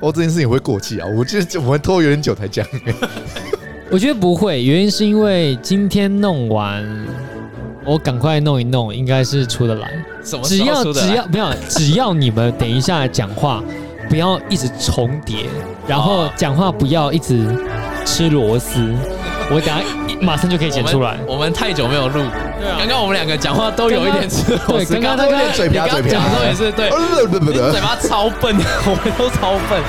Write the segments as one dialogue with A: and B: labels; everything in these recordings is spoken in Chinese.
A: 哦，这件事情会过气啊！我记得我们拖有点久才 讲、
B: 我觉得不会，原因是因为今天弄完，我赶快弄一弄，应该是出得来。
C: 什么
B: 只
C: 时
B: 要
C: 候出的
B: 只
C: 来？
B: 要没有，只要你们等一下讲话，不要一直重叠，然后
C: 哦
B: 讲话不要一直吃螺丝，我等下一马上就可以剪出来。
C: 我们太久没有录，
B: 对啊
C: 刚刚我们两个讲话都有一点吃螺丝。
B: 对刚刚
C: 都
B: 那个
A: 嘴
C: 你
A: 瓢
C: 刚
A: 嘴瓢
C: 刚讲的时候也是对，
A: 哦不不不
C: 你嘴巴超笨， 我们都超笨。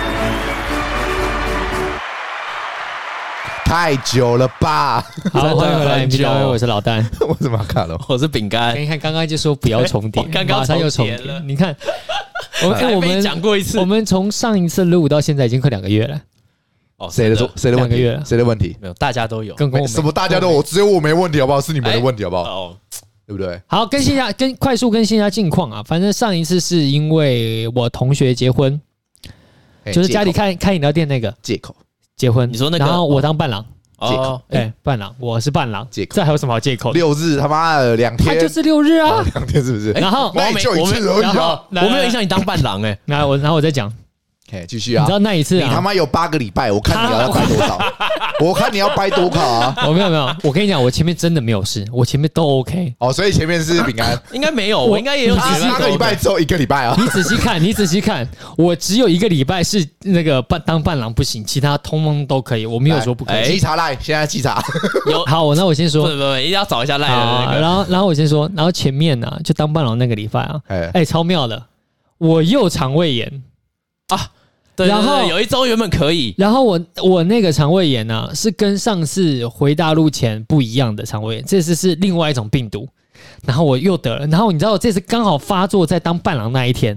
A: 太久了吧？
B: 好，欢迎回来
C: 很久
B: MPW，我是老 丹。
A: 我怎么卡
B: 哦
A: 了？
C: 我是饼干，
B: 你看，刚刚就说不要重叠
C: 我， 刚刚
B: 马上又重
C: 重叠
B: 叠
C: 了
B: 你 看，我
C: 还
B: 哎我
C: 被
B: 们
C: 讲过一次
B: 我。们从上一次录到现在已经快两个月了，
C: 哦
A: 谁的错？？谁的问
B: 两个月
A: 题
B: 了？
A: 谁的问题？哎
C: 没有，大家都有。
B: 跟跟我们哎
A: 什么大家都我只有我没问题好不好？是你们的问题好不好？
C: 哦，
A: 对不对？
B: 好，更新一下，跟快速更新一下近况啊。反正上一次是因为我同学结婚，
A: 哎
B: 就是家
A: 借
B: 里
A: 口
B: 开开饮料店那个
A: 借口
B: 结婚，
C: 你说那个
B: 然后我当伴郎，
A: 借口
C: 哦，
B: 哎，伴郎，我是伴郎，
A: 借口
B: 这还有什么好借口的？
A: 六日他妈的两
B: 他
A: 天，哦
B: 就是六日啊。
A: 两天是不是？
B: 然后
C: 我
A: 那
C: 没
A: 也就一
C: 我没
A: 次而
B: 然
A: 已
B: 后
A: 啊！
C: 我没有影，响你当伴郎哎，
B: 来来来我然后我再讲，
A: 哎，继续
B: 你
A: 啊
B: 知！道那一次
A: 你他
B: 啊，
A: 妈有八个礼拜，我看你 要掰多少，我看你要掰多少啊！
B: 我哦没有没有，我跟你讲，我前面真的没有事，我前面都 OK。
A: 哦，所以前面是饼 干，
C: 应该没有，
B: 我
C: 我应该也有几
B: 啊
A: 他
C: 次
A: 八个礼拜只有一个礼拜啊！
B: 你仔细看，你仔细看，我只有一个礼拜是那个伴当伴郎不行，其他通通都可以，我没有说不可以。
C: 哎
A: 稽查来，现在稽查，
C: 有。
B: 好，我那我先
C: 不
B: 说
C: 不，不，一定要找一下赖的
B: 好，
C: 那个。
B: 然后然后我先说，然后前面呢、就当伴郎那个礼拜啊，
A: 哎，
B: 哎、超妙的，我又肠胃炎，
C: 对，
B: 然后
C: 对对对有一周原本可以，
B: 然后我我那个肠胃炎呢、是跟上次回大陆前不一样的肠胃炎，这次是另外一种病毒。然后我又得了，然后你知道我这次刚好发作在当伴郎那一天，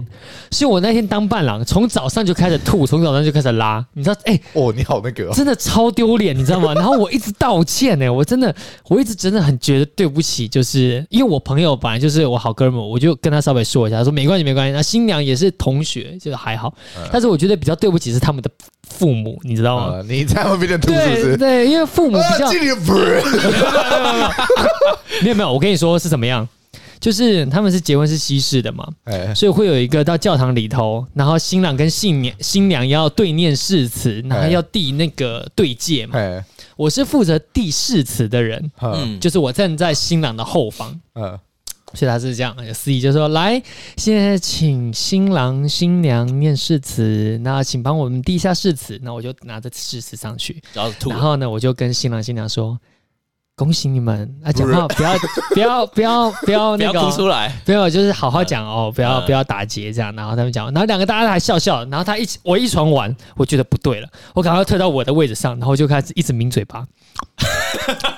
B: 所以我那天当伴郎，从早上就开始吐，从早上就开始拉，你知道，哎、
A: 哦，你好那个哦，
B: 真的超丢脸，你知道吗？然后我一直道歉呢、我真的，我一直真的很觉得对不起，就是因为我朋友本来就是我好哥们，我就跟他稍微说一下，他说没关系没关系。那新娘也是同学，就还好，但是我觉得比较对不起是他们的父母，你
C: 哦
B: 知道吗？
A: 呃你在外面的吐是不
B: 对
A: 是？
B: 对，因为父母比较
A: 啊，这里不是
B: 没有没有，我跟你说是怎么样，就是他们是结婚是西式的嘛，
A: 哎，
B: 所以会有一个到教堂里头，然后新郎跟新娘新娘要对念誓词，然后
A: 哎
B: 要递那个对戒嘛。
A: 哎，
B: 我是负责递誓词的人，
A: 嗯
C: 嗯，
B: 就是我站在新郎的后方，
A: 嗯，
B: 所以他是这样，司仪就说：“来，现在请新郎新娘念誓词，那请帮我们递一下誓词。”那我就拿着誓词上去，
C: 然后吐
B: 然后呢，我就跟新郎新娘说：“恭喜你们！啊，讲话不要不要不要不要
C: 不
B: 那
C: 要
B: 个
C: 哭
B: 哦，
C: 出来，
B: 不要就是好好讲哦，不要
C: 嗯
B: 不要打结这样。”然后他们讲，然后两个大家还笑笑，然后他一起我一传完，我觉得不对了，我赶快退到我的位置上，然后就开始一直抿嘴 巴。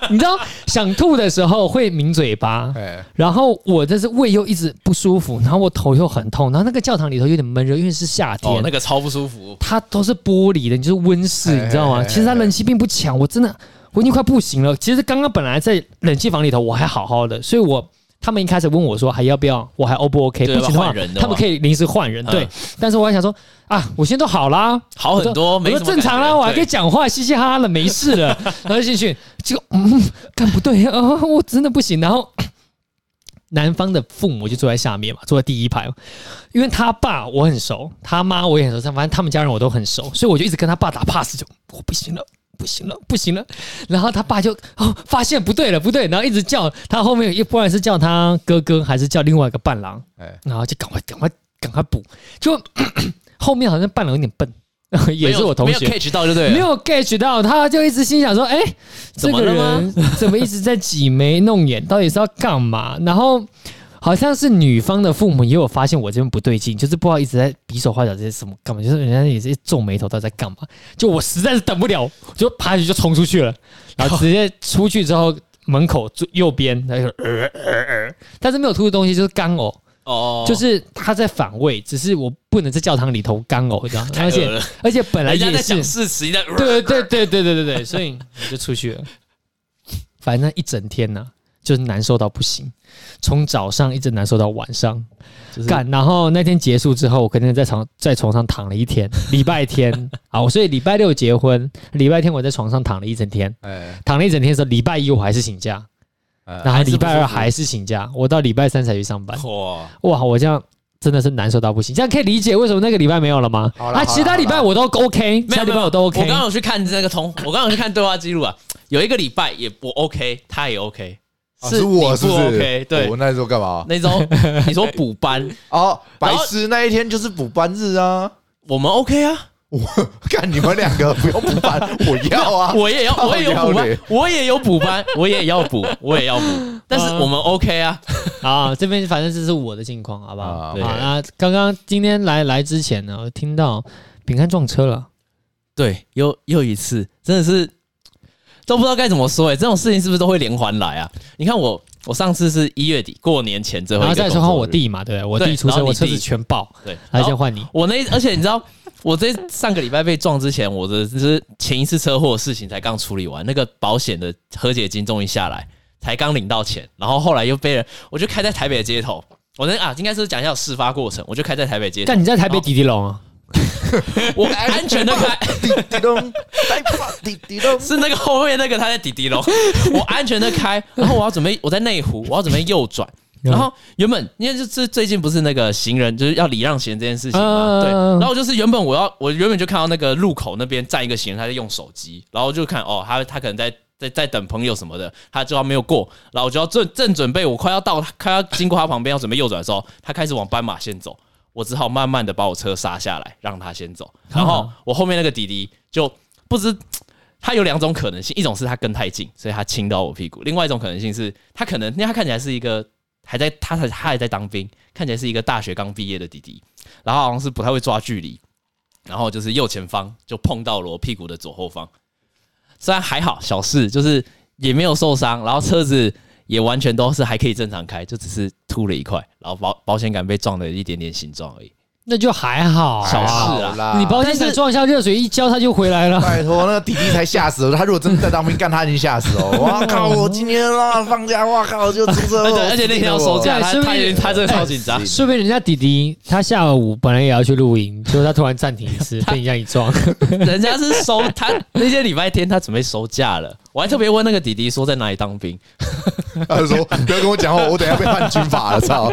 B: 你知道想吐的时候会抿嘴巴，
A: 哎，
B: 然后我这是胃又一直不舒服，然后我头又很痛，然后那个教堂里头有点闷热，因为是夏天，
C: 哦，那个超不舒服。
B: 它都是玻璃的，你就是温室，
A: 哎
B: 你知道
A: 哎
B: 吗？
A: 哎
B: 其实它冷气并不强，我真
C: 哎
B: 的我已经快不行了。其实刚刚本来在冷气房里头我还好好的，所以我他们一开始问我说还要不要，我还 O 不 OK？不
C: 对
B: 行的
C: 要
B: 话
C: 不要换人的话
B: 他们可以临时换人。
C: 嗯
B: 对，但是我还想说啊，我现在都好啦，
C: 好很多，
B: 我
C: 没
B: 说
C: 什么
B: 正常
C: 感
B: 啦，
C: 觉
B: 我还可以
C: 对
B: 讲话，嘻嘻哈哈的，没事 了。然后进去，结果嗯，干不对 啊，我真的不行。然后男方的父母就坐在下面嘛，坐在第一排嘛，因为他爸我很熟，他妈我也很熟，反正他们家人我都很熟，所以我就一直跟他爸打 pass，就我不行了。不行了，不行了！然后他爸就哦，发现不对了，不对，然后一直叫他后面，不管是叫他哥哥，还是叫另外一个伴郎，
A: 哎，
B: 然后就赶快赶快赶快补，就 后面好像伴郎有点笨， 也是我同
C: 没有
B: 学
C: 没有，catch 到就对了，啊
B: 没有 catch 到，他就一直心想说：“哎、这
C: 怎么
B: 个
C: 了吗
B: 人怎么一直在挤眉弄眼，到底是要干嘛？”然后好像是女方的父母也有发现我这边不对劲，就是不知道一直在比手画脚这些什么干嘛，就是人家也是皱眉头，到底在干嘛？就我实在是等不了，我就爬起就冲出去 了，然后直接出去之后。门口最右边，那个呃呃呃，但是没有吐的东西就是干呕，
C: 哦，
B: 就是他在反胃，只是我不能在教堂里头干呕这样， 而
C: 太恶
B: 且
C: 了，
B: 而且本来
C: 呃人家
B: 也
C: 在
B: 是
C: 讲事实，你在
B: 对对对对对对对，所以你就出去了。反正一整天呐、就是难受到不行，从早上一直难受到晚上。
C: 就是
B: 干，然后那天结束之后，我肯定在床在床上躺了一天，礼拜 天好，所以礼拜六结婚，礼拜天我在床上躺了一整天，
A: 哎，
B: 躺了一整天的时候，礼拜一我还是请假，
A: 哎
B: 然后
C: 还
B: 礼
C: 是不
B: 拜
C: 舒
B: 二
C: 服
B: 还是请假，我到礼拜三才去上班。
C: 哇，
B: 哇，我这样真的是难受到不行。这样可以理解为什么那个礼拜没有了吗？
A: 好啦
B: 啊，
A: 好啦
B: 其他礼拜我都 OK，其
C: 没
B: 他
C: 有
B: 礼
C: 没
B: 拜
C: 有
B: 我都
C: 我
B: OK。
C: 刚刚有去看那个通， 我刚刚有去看对话记录啊，有一个礼拜也不 OK，他也 OK，
A: 啊是我
C: 你
A: 是
C: 不
A: 不是
C: OK，对
A: 我，那时候干嘛？
C: 那种你说补班，
A: 哦，
C: 然
A: 白
C: 后
A: 痴，那一天就是补班日啊！
C: 我们 OK 啊，
A: 我看你们两个不用补 班，我要啊！
C: 我也要，我也有补
A: 靠腰
C: 班
A: 嘞，
C: 我也有补班，我也要补，我也要补，但是我们 OK 啊，
B: 啊，这边反正这是我的近况，好不好？
A: 啊
B: 啊，
A: 对
B: 那刚刚今天来来之前呢，我听到饼干撞车了，
C: 对，又又一次，真的是都不知道该怎么说哎、这种事情是不是都会连环来啊？你看我，我上次是一月底过年前最后
B: 然
C: 一
B: 后
C: 个
B: 再
C: 工
B: 说
C: 作
B: 换我
C: 日，
B: 弟嘛，对不对？我弟
C: 对
B: 出
C: 然
B: 车，
C: 后你
B: 我车
C: 弟
B: 子全爆，
C: 对，
B: 来
C: 然
B: 先
C: 后
B: 换你。
C: 我那一，而且你知道，我这上个礼拜被撞之前，我的就是前一次车祸的事情才刚处理完，那个保险的和解金终于下来，才刚领到钱，然后后来又被人，我就开在台北的街头。我那啊，应该是讲一下我事发过程。我就开在台北街头，
B: 但你在台北迪迪龙啊？
C: 我安全的开，。
A: 滴滴咚，来吧，滴滴咚
C: 是那个后面那个他在 滴滴咯，我安全的开，然后我要准备我在内湖，我要准备右转，
B: 嗯
C: 然后原本因为就是最近不是那个行人就是要礼让行人这件事情嘛，
B: 嗯
C: 对，然后就是原本我要我原本就看到那个路口那边站一个行人，他在用手机，然后就看哦他他可能在。在在等朋友什么的，他就要没有过，然后我就要正正准备，我快要到快要经过他旁边要准备右转的时候，他开始往斑马线走，我只好慢慢的把我车刹下来，让他先走，然后我后面那个弟弟就不知他有两种可能性，一种是他跟太近，所以他亲到我屁股；，另外一种可能性是他可能，因为他看起来是一个还在他才他还在当兵，看起来是一个大学刚毕业的弟弟，然后好像是不太会抓距离，然后就是右前方就碰到了我屁股的左后方，虽然还好小事，就是也没有受伤，然后车子也完全都是还可以正常开，就只是凸了一块，然后保保险杆被撞了一点点形状而已。
B: 那就还好啊，
C: 小事
A: 好啦
B: 你保险
C: 但
B: 杆
C: 是
B: 撞一下热水一浇，它就回来 了。
A: 拜托，那个弟弟才吓死了。他如果真的在当兵，干他已经吓 死了。我靠！我今天啊放假，我靠，就出车
C: 而
A: 祸
C: 且，而且那天要收假，
B: 对
C: 他
B: 哦是不
C: 他
B: 是
C: 也他真的超紧
A: 哎
C: 张。
B: 说不定人家弟弟他下午本来也要去露营，结果他突然暂停一 次，被你这样一撞，
C: 人家是收他那些礼拜天，他准备收假了。我还特别问那个弟弟说在哪里当兵，
A: 他就 说：“不要跟我讲话，我等一下被判军法了，操！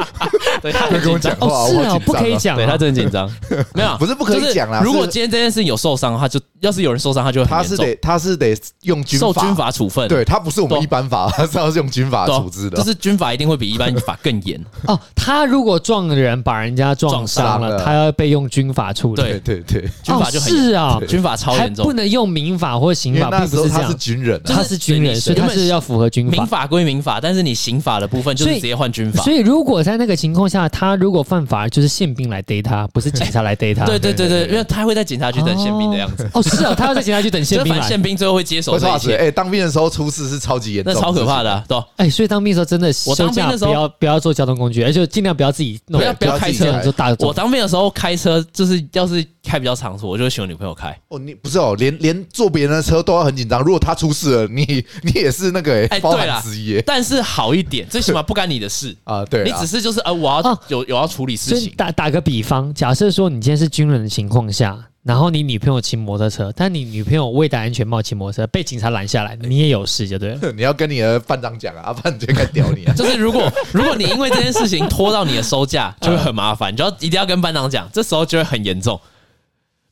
C: 对他
A: 不要跟我讲话，
B: 哦，是
A: 我好
B: 啊，
A: 紧
B: 不
A: 张
B: 可以
A: 啊。
B: 讲
C: 对他
B: 啊，
C: 真的 紧张，没有啊
A: 不是不可以
C: 就是
A: 讲啦
C: 如果
A: 是
C: 今天这件事有受伤的话，就要是有人受伤，他就会很
A: 他
C: 严
A: 是
C: 重
A: 得，他是得用军
C: 受
A: 法，
C: 军法处分，
A: 对他不是我们一般法， 他是要用军法
C: 对啊，
A: 处置的
C: 就。是军法一定会比一般法更 严。
B: 哦，他如果撞人把人家撞
C: 撞
B: 伤
A: 伤
B: 了，
A: 了
B: 他要被用军法处理。
A: 对对对，
C: 军法就很
B: 哦
C: 严
B: 是啊，
A: 对
C: 军法超
B: 还
C: 严
B: 不
C: 重，
B: 能用民法或
A: 因
B: 刑
A: 为
B: 法，
A: 那
B: 并
A: 时
B: 不
A: 候
B: 是这
A: 他是
B: 样。
A: 军人
C: 就
A: 啊，
B: 他是军人，
C: 对
B: 所以他是要符合军
C: 民
B: 法。
C: 法归民法，但是你刑法的部分就是
B: 所以
C: 直接换军法
B: 所。以如果在那个情况下，他如果犯法，就是宪兵来逮他，不是警察来逮他。
C: 对对对对，
A: 对
C: 因为他会在警察局等宪兵的样子，
B: 哦，是啊，他要在警察局等
C: 就
B: 宪
C: 是
B: 兵
C: 反正
B: 来。
C: 宪兵最后会接手
A: 会
C: 这一
A: 怕死。
C: 切，
A: 哎，当兵的时候出事是超级严重
C: 那
A: 的事
C: 超
A: 情，
C: 可怕的啊，对吧？
B: 哎，所以当兵的时候真的休
C: 我当兵
B: 假
C: 的时候
B: 不要不要坐交通工具，而且尽量不要自己弄，
C: 不要不要开车
B: 这种就大
C: 我
B: 众。
C: 当兵的时候开车，就是要是开比较长途，我就会选我女朋友开。
A: 哦，你不是哦，连连坐别人的车都要很紧张。如果他出事了，你你也是那个欸
C: 哎
A: 包
C: 对啦
A: 含之一欸，
C: 但是好一点，最起码不干你的事
A: 啊，对
C: 你
A: 啦
C: 只是就是呃，我要
B: 啊
C: 有有要处理
B: 所
C: 事
B: 以
C: 情，。
B: 打打个比方，假设说你今天是军人的情况下，然后你女朋友骑摩托车，但你女朋友未戴安全帽骑摩托车被警察拦下来，你也有事就对了。
A: 你要跟你的班长讲啊，啊，班长就该屌你啊
C: 就是如果如果你因为这件事情拖到你的收假，就会很麻
B: 嗯
C: 烦，你就要一定要跟班长讲，这时候就会很严重。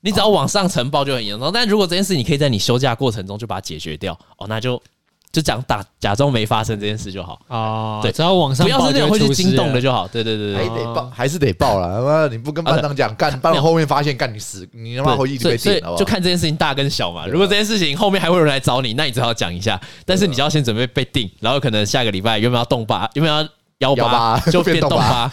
C: 你只要往上呈报就很严重，但如果这件事你可以在你休假过程中就把它解决掉，哦，那就就讲打假装没发生这件事就好，
B: 哦，
C: 对
B: 只要网上
C: 不要是那种会去
B: 出事啊
C: 惊动
B: 了
C: 的就好。对对对
A: 还
C: 对
B: 哦
C: 啊
A: 得报，还是得报了。他妈，你不跟班长讲，干班长后面发现，干你死，你他妈
C: 对，
A: 回去一直被
C: 所以
A: 点，
C: 所
A: 好
C: 以
A: 不
C: 就
A: 好？
C: 看这件事情大跟小
A: 啊
C: 嘛。如果这件事情后面还会有人来找你，那你只好讲一下。但是你就要先准备被定，然后可能下个礼拜原本要动八，原本要幺
A: 幺
C: 八
A: 八
C: 就变
A: 变动
C: 动八。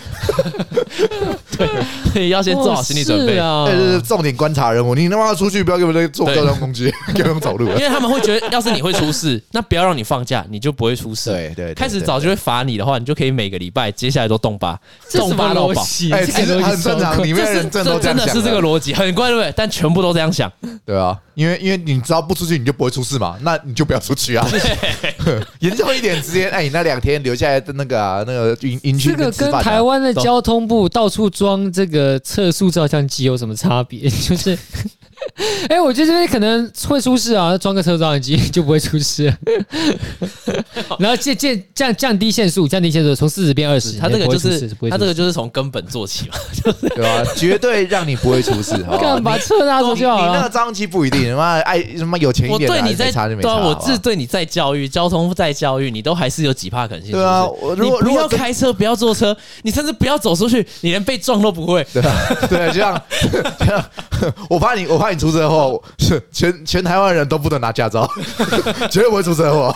C: 对，所以要先做好心理准备
B: 哦是。啊
A: 对对对，重点观察人物，你他妈出去不要给我那坐
C: 对
A: 交通工 具，给我用走路啊
C: 因。为他们会觉得，要是你会出事，那不要让你放假，你就不会出事。
A: 对对对
C: 开始早就会罚你的话，你就可以每个礼拜接下来都动八，
B: 这
C: 动
B: 什么
C: 八到
B: 逻
C: 饱。
B: 辑？
A: 哎，
B: 这
A: 其
B: 个
A: 实
B: 逻辑
A: 很正
B: 超
A: 常，
B: 怪
A: 里面的人
C: 这
A: 真的都这
C: 真
A: 样
C: 的
A: 想
C: 是这个逻辑，很怪对不对？但全部都这样想，
A: 对啊，因为因为你知道不出去你就不会出事嘛，那你就不要出去啊。 严重一点，直接哎，你那两天留下来的那个啊那个营营区
B: 这
A: 里面
B: 个
A: 吃
B: 跟
A: 饭啊
B: 台湾的
C: 懂
B: 交通部到处装这个测速照相机有什么差别？就是哎、我觉得这边可能会出事啊，装个车照相机就不会出事 了。然后降降降降低限速，降低限速，从四十变二十，
C: 他这个就
B: 不会出
C: 是
B: 事不会
C: 他
B: 出
C: 这
B: 事
C: 个就是从根本做起嘛。
A: 对吧？绝对让你不会出事，好不好
B: 干嘛把车拿走
A: 你
B: 就好
A: 你那
B: 了啊
A: 个。张机不一定，他妈爱什么有钱一
C: 我
A: 点的
C: 对
A: 啊，
C: 你在
A: 没差就没
C: 对
A: 差。
C: 啊，我
A: 好不好
C: 自对你在教育，交通在教育，你都还是有几怕可能性。
A: 对啊
C: 是不是
A: 我如果
C: 你不
A: 如
C: 要
A: 果真
C: 开车，不要坐车，你甚至不要走出去，你连被撞都不会。
A: 对啊 对啊，就像就像我怕你，我怕你出车祸，是全全台湾人都不能拿驾照， 绝对不会出车祸。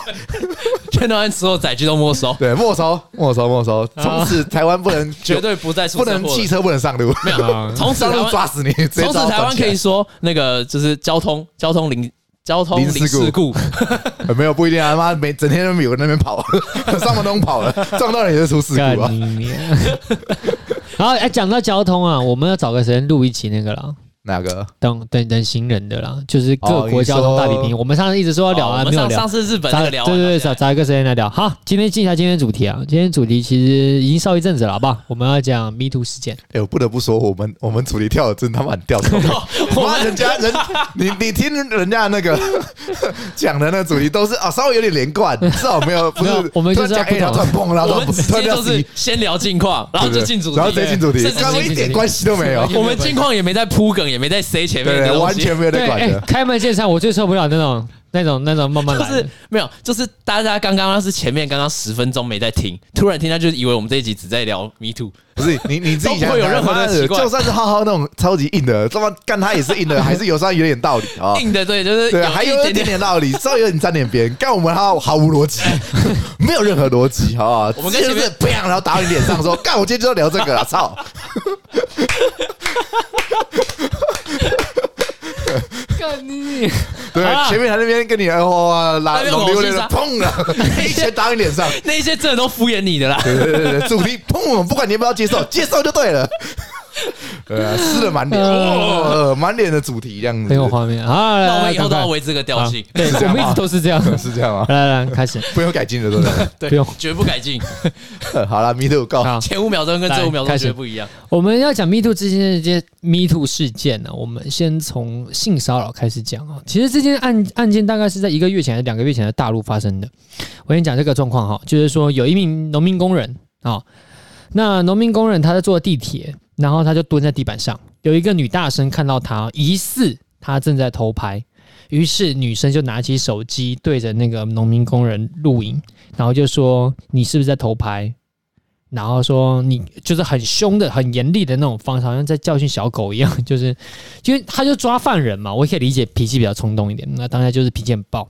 C: 全台湾所有载具都没收，
A: 对，没收，没收，没收，从此台湾不能
C: 啊 绝对不再出
A: 不
C: 车
A: 能
C: 祸
A: 汽
C: 了。
A: 车不能上路，
C: 没
B: 啊
C: 有，从此
A: 上
C: 台
A: 路
C: 湾
A: 抓死你。直接
C: 从
A: 抓
C: 此台湾可以说那个就是交通交通零交通
A: 零
C: 零
A: 事
C: 事故，
A: 抓起来没有不一定啊，妈每整天都有那边跑， 上门东跑了，撞到你就出事
B: 干
A: 故啊。
B: 你 娘！然后哎，讲到交通啊，我们要找个时间录一期那个啦，
A: 哪个？
B: 等等等行人的啦，就是各
A: 哦
B: 国
A: 你
B: 交通大比
A: 说
B: 拼。我们上次一直说要聊
C: 哦
B: 啊，
C: 我们
B: 没有
C: 上
B: 聊
C: 上。次日本
B: 找
C: 那个聊完
B: 对
C: 了，
B: 对对，找
C: 现在
B: 找一个时间来聊。好，今天进一下今天主题啊，今天主题其实已经稍微一阵子了，好不好？我们要讲 Me Too 事件。
A: 哎，我不得不说，我们我们主题跳的真他妈很掉头。
C: 我
A: 哇，
C: 们
A: 人 家人，你你听人家那个讲的那个主题都是啊，稍微有点连贯，至少没有不是
B: 没有我们
A: 突
B: 就
A: 然讲 A，
B: 是要不
A: 然后突然蹦，然后
C: 我
A: 突然
C: 们
A: 不
C: 直
A: 突然
C: 接
A: 掉
C: 就
A: C，
C: 是先聊近况，然后就进主题，
A: 然后直接进主题
C: 甚，至
A: 跟我
C: 进
A: 一点关系都没有，
C: 我们近况也没在铺梗，也没在塞前面
A: 对
C: 的
A: 对，
C: 东西
A: 完全没有在
B: 对，
A: 管
B: 哎、
A: 的。
B: 开门见山，我最受不了那种那种那种慢慢
C: 就
B: 来的。
C: 是没有，就是大家刚刚是前面刚刚十分钟没在听，突然听到就以为我们这一集只在聊 Me Too，
A: 不是你你自己想想
C: 都不会有任何
A: 妈
C: 的奇怪
A: 就算是浩浩那种超级硬的，他妈干他也是硬 的，还是有时候有点道理啊。
C: 硬的哦对，就是
A: 对，
C: 有
A: 还
C: 一
A: 有一
C: 点
A: 点
C: 点。
A: 点道理，稍微有点沾点边。干我们毫毫无逻辑，没有任何逻辑，好不好？
C: 我们跟前面
A: 就是砰，然后打到你脸上说：“干，我今天就要聊这个了，操
B: 干你！！”
A: 对
C: 好，啦
A: 前面还在那边跟你哇拉
C: 那边
A: 龙溜
C: 我
A: 溜
C: 是
A: 的，
C: 啥
A: 砰了，一拳打你脸上。
C: 那些真的都敷衍你的啦，
A: 对对对对，主题砰，不管你要不要接受，接受就对了。对啊，湿了满脸，哦满脸的主题这样子
B: 很，有画面啊！来
C: 那我
B: 来
C: 们以后都要
B: 赶快
C: 维持这个调性
B: 啊，对，
A: 是这
B: 我
A: 样吗
B: 们一直都是这样。
A: 是这样吗？
B: 来来，开始。
A: 不用改进的，对不对
C: 对
B: 不用，
C: 绝不改 进。
A: 好了，Me too，告
B: 好，
C: 前五秒钟跟
B: 来
C: 这五秒
B: 开
C: 钟
B: 始
C: 绝对不一样。
B: 我们要讲 Me Too 之间的这些 Me Too 事件呢、我们先从性骚扰开始讲啊。其实这件案案件大概是在一个月前还是两个月前在大陆发生的。我先讲这个状况哈，就是说有一名农民工人啊、那农民工人他在坐地铁，然后他就蹲在地板上，有一个女大生看到他，疑似他正在偷拍，于是女生就拿起手机对着那个农民工人录影，然后就说：“你是不是在偷拍？”然后说你就是很凶的、很严厉的那种方式，好像在教训小狗一样，就是 因为他就抓犯人嘛，我也可以理解脾气比较冲动一点，那当然就是脾气很暴。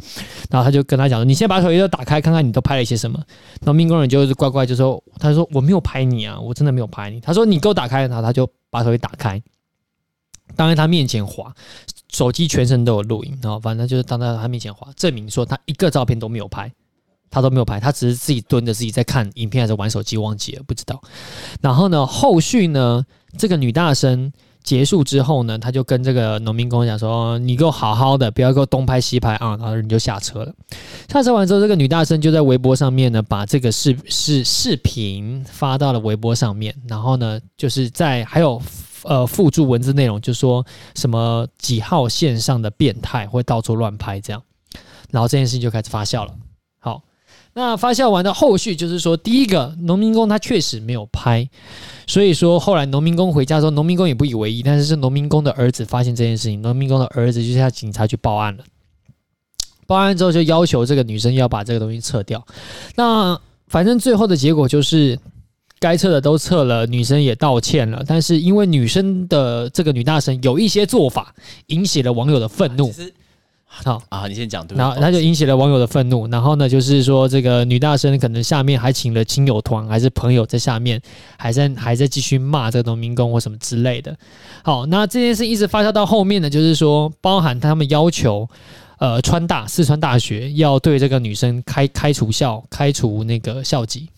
B: 然后他就跟他讲说：“你先把手机都打开，看看你都拍了一些什么。”然后民工人就是乖乖就说：“他说我没有拍你啊，我真的没有拍你。”他说：“你给我打开。”然后他就把手机打开，当在他面前滑，手机全程都有录影，然后反正就是当在他面前滑，证明说他一个照片都没有拍。他都没有拍，他只是自己蹲着自己在看影片还是玩手机，忘记了不知道。然后呢，后续呢，这个女大生结束之后呢，她就跟这个农民工讲说：“你给我好好的，不要给我东拍西拍啊！”然后人就下车了。下车完之后，这个女大生就在微博上面呢，把这个视视视频发到了微博上面，然后呢，就是在还有。呃，附注文字内容就说什么几号线上的变态会到处乱拍这样，然后这件事情就开始发酵了。好，那发酵完的后续就是说，第一个农民工他确实没有拍，所以说后来农民工回家之后，农民工也不以为意，但是是农民工的儿子发现这件事情，农民工的儿子就向警察去报案了。报案之后就要求这个女生要把这个东西撤掉。那反正最后的结果就是。该撤的都撤了，女生也道歉了，但是因为女生的这个女大神有一些做法，引起了网友的 愤怒
C: 其。实
B: 好，
C: 啊，你先讲对不起。
B: 然后他就引起了网友的愤怒。然后呢，就是说这个女大生可能下面还请了亲友团还是朋友在下面，还在还在继续骂这个农民工或什么之类的。好，那这件事一直发酵到后面呢，就是说包含他们要求。呃，川大四川大学要对这个女生开开除校，开除那个校籍，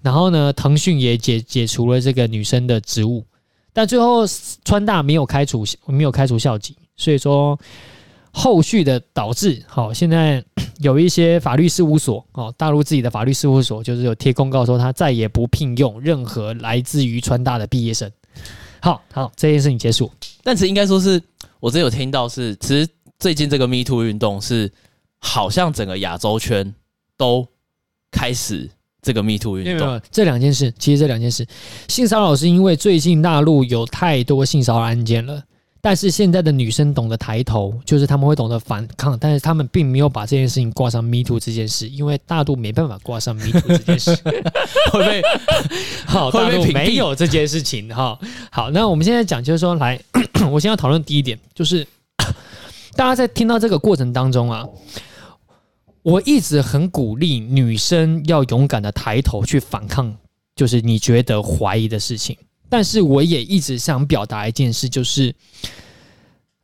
B: 然后呢，腾讯也解解除了这个女生的职务，但最后川大没有开除没有开除校籍，所以说后续的导致，好、现在 有一些法律事务所，哦，大陆自己的法律事务所就是有贴公告说，他再也不聘用任何来自于川大的毕业生。好好，这件事情结束。
C: 但是应该说是，我之前有听到是，其实最近这个 Me Too 运动是好像整个亚洲圈都开始这个 Me Too
B: 没有
C: 运
B: 没
C: 动，
B: 有，这两件事，其实这两件事，性骚扰是因为最近大陆有太多性骚扰案件了，但是现在的女生懂得抬头，就是她们会懂得反抗，但是她们并没有把这件事情挂上 Me Too 这件事，因为大陆没办法挂上 Me Too 这件 事。
C: 会 被
B: 好，
C: 会
B: 大
C: 被
B: 陆
C: 屏蔽
B: 没有这件事情哈。好，那我们现在讲就是说，来， 我先要讨论第一点，就是 大家在听到这个过程当中啊，我一直很鼓励女生要勇敢的抬头去反抗，就是你觉得怀疑的事情。但是我也一直想表达一件事，就是。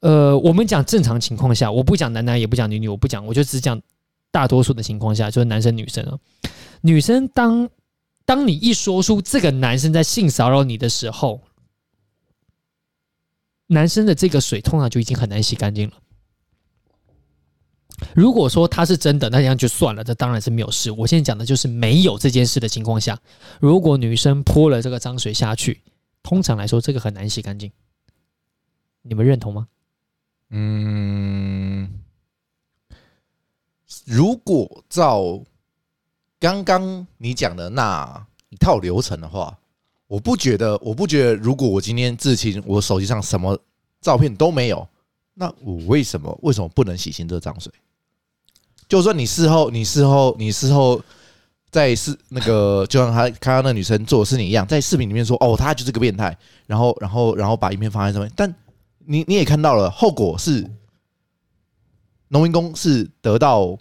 B: 呃，我们讲正常情况下，我不讲男男，也不讲女女，我不讲，我就只讲大多数的情况下，就是男生女生啊。女生当当你一说出这个男生在性骚扰你的时候，男生的这个水通常就已经很难洗干净了。如果说他是真的，那这样就算了，这当然是没有事。我现在讲的就是没有这件事的情况下，如果女生泼了这个脏水下去，通常来说这个很难洗干净。你们认同吗？
A: 嗯，如果照刚刚你讲的那一套流程的话，我不觉得，我不觉得，如果我今天至亲，我手机上什么照片都没有，那我为什么为什么不能洗清这脏水？就算你事后，你事后，你事后在视那个，就像他看到那女生做的事情一样，在视频里面说哦，他就是个变态，然后，然后，然后把影片放在上面，但你你也看到了，后果是农民工是得到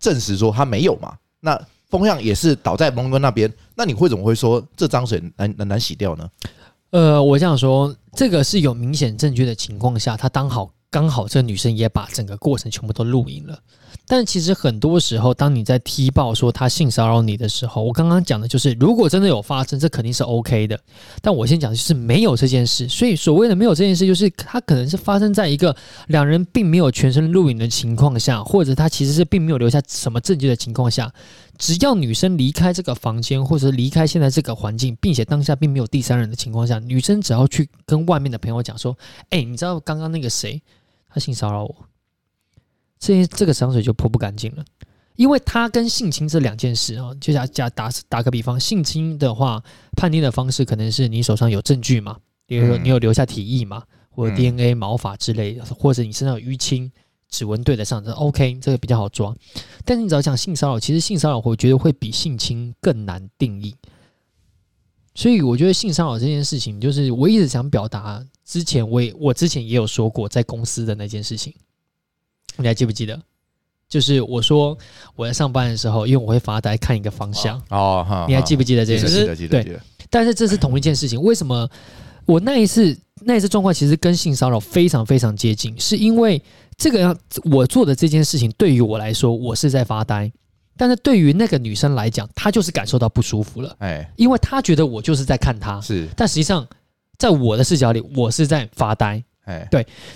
A: 证实说他没有嘛？那风向也是倒在农民工那边，那你会怎么会说这脏水难难难洗掉呢？
B: 呃，我想说，这个是有明显证据的情况下，他当好刚好这女生也把整个过程全部都录影了。但其实很多时候，当你在踢爆说他性骚扰你的时候，我刚刚讲的就是，如果真的有发生，这肯定是 OK 的。但我先讲的就是没有这件事，所以所谓的没有这件事，就是他可能是发生在一个两人并没有全身录影的情况下，或者他其实是并没有留下什么证据的情况下，只要女生离开这个房间，或者离开现在这个环境，并且当下并没有第三人的情况下，女生只要去跟外面的朋友讲说：“哎、你知道刚刚那个谁，他性骚扰我。”这些这个脏水就泼不干净了，因为他跟性侵这两件事啊，就假假打打个比方，性侵的话，判定的方式可能是你手上有证据嘛，比如说
A: 嗯
B: 你有留下体液嘛，或
A: 嗯
B: 者 DNA、毛发之类的，或者你身上有淤青。指纹对得上，这 OK，这个比较好抓。但是你只要讲性骚扰，其实性骚扰我觉得会比性侵更难定义。所以我觉得性骚扰这件事情，就是我一直想表达，之前我也我之前也有说过在公司的那件事情，你还记不记得？就是我说我在上班的时候，因为我会发呆看一个方向，
A: 哦，哈
B: 你还记不记得这
A: 记
B: 件
A: 得
B: 事？
A: 记得记
B: 对
A: 得记得，
B: 但是这是同一件事情，为什么我那一次那一次状况其实跟性骚扰非常非常接近，是因为这个样我做的这件事情对于我来说，我是在发呆，但是对于那个女生来讲，她就是感受到不舒服了，
A: 哎，
B: 因为她觉得我就是在看她，
A: 是
B: 但实际上在我的视角里，我是在发呆。
A: 哎，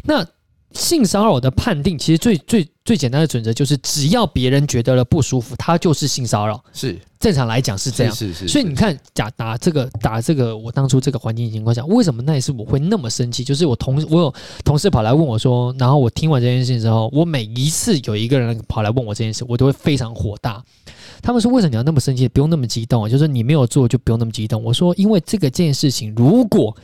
B: 那性骚扰的判定，其实最最最简单的准则就是，只要别人觉得了不舒服，他就是性骚扰。
A: 是
B: 正常来讲是这样，
A: 是是，是
B: 所以你看，打打这个打这个，我当初这个环境情况下，为什么那一次我会那么生气？就是我同我有同事跑来问我说，然后我听完这件事之后，我每一次有一个人跑来问我这件事，我都会非常火大。他们说为什么你要那么生气？不用那么激动啊，就是你没有做就不用那么激动。我说因为这个件事情，如果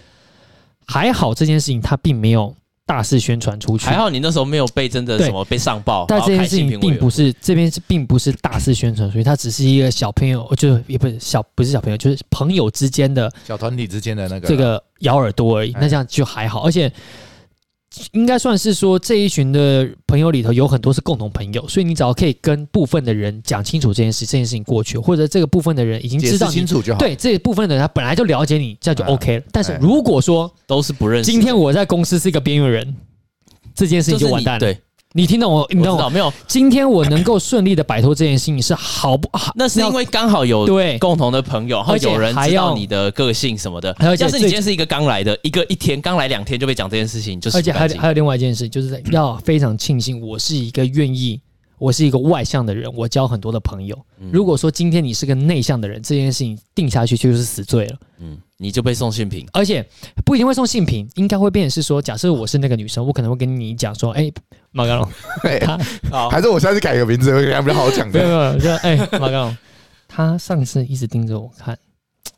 B: 还好这件事情它并没有大肆宣传出去，
C: 还好你那时候没有被真的
B: 对
C: 什么被上报，
B: 但
C: 然后
B: 这件
C: 哦开
B: 事
C: 性
B: 情
C: 平委
B: 并
C: 员
B: 不是这边是并不是大肆宣传，所以它只是一个小朋友，就是也不是小不是小朋友，就是朋友之间的
A: 小团体之间的那
C: 啊
A: 个
B: 这个咬耳朵而已。
A: 哎
B: 那这样就还好，而且应该算是说这一群的朋友里头有很多是共同朋友，所以你只要可以跟部分的人讲清楚这件事，这件事情过去，或者这个部分的人已经
A: 解
B: 知
A: 释
B: 道你
A: 清楚就好，
B: 对这一部分的人他本来就了解你，这样就
A: 哎
B: OK 了。但是
A: 哎
B: 如果说
C: 都啊是不认识的，
B: 今天我在公司是一个边缘人，这件事情
C: 就是
B: 就
C: 你
B: 完蛋了。
C: 对，
B: 你听懂我？你
C: 我
B: 懂
C: 知
B: 我
C: 道没有？
B: 今天我能够顺利的摆脱这件事情是好不好？
C: 那是因为刚好有
B: 对
C: 共同的朋友，然后
B: 而且
C: 有人
B: 还
C: 知
B: 要
C: 道你的个性什么的。
B: 而且
C: 要是你
B: 最
C: 今天是一个刚来的，一个一天刚来两天就被讲这件事情，就是
B: 而且还
C: 干
B: 有
C: 净
B: 还有另外一件事，就是要非常庆幸我是一个愿意，我是一个外向的人，我交
C: 嗯
B: 很多的朋友。如果说今天你是个内向的人，这件事情定下去就是死罪了。
C: 嗯你就被送性平。
B: 而且不一定会送性平，应该会变成是说，假设我是那个女生，我可能会跟你讲说，哎、马刚龙，
A: 嘿
B: 他
C: 好，
A: 还是我下次改个名字会比较好讲
B: 没有没
A: 的。
B: 有，我就哎、马刚龙， 他上次一直盯着我看，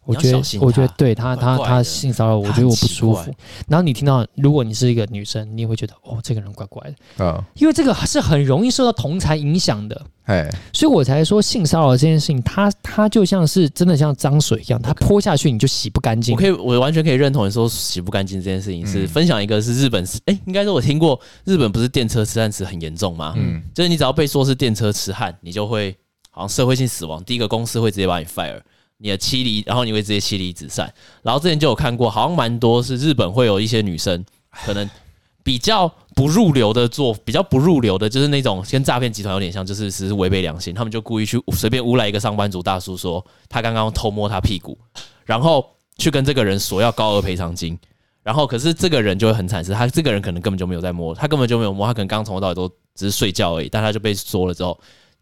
B: 我觉
C: 你
B: 得
C: 要小心他
B: 我觉得对他他
C: 怪怪的
B: 他性骚扰我，我
C: 他
B: 觉得我
C: 很
B: 不
C: 奇
B: 舒
C: 怪
B: 服。然后你听到，如果你是一个女生，你也会觉得哦，这个人怪怪的，
A: 嗯，
B: 因为这个是很容易受到同才影响的。
A: 哎，
B: 所以我才说性骚扰这件事情，它它就像是真的像脏水一样，它泼下去你就洗不干净。
C: 我可以，我完全可以认同你说洗不干净这件事情。是
A: 嗯
C: 分享一个是日本，哎、应该是我听过日本不是电车痴汉死很严重吗？
A: 嗯，
C: 就是你只要被说是电车痴汉，你就会好像社会性死亡。第一个公司会直接把你 fire，你的妻离，然后你会直接妻离子散。然后之前就有看过，好像蛮多是日本会有一些女生，可能比较不入流的做，比较不入流的，就是那种跟诈骗集团有点像，就是只是违背良心，他们就故意去随便诬赖一个上班族大叔说他刚刚偷摸他屁股，然后去跟这个人索要高额赔偿金。然后，可是这个人就会很惨，是他这个人可能根本就没有在摸，他根本就没有摸，他可能刚从头到尾都只是睡觉而已，但他就被说了之后，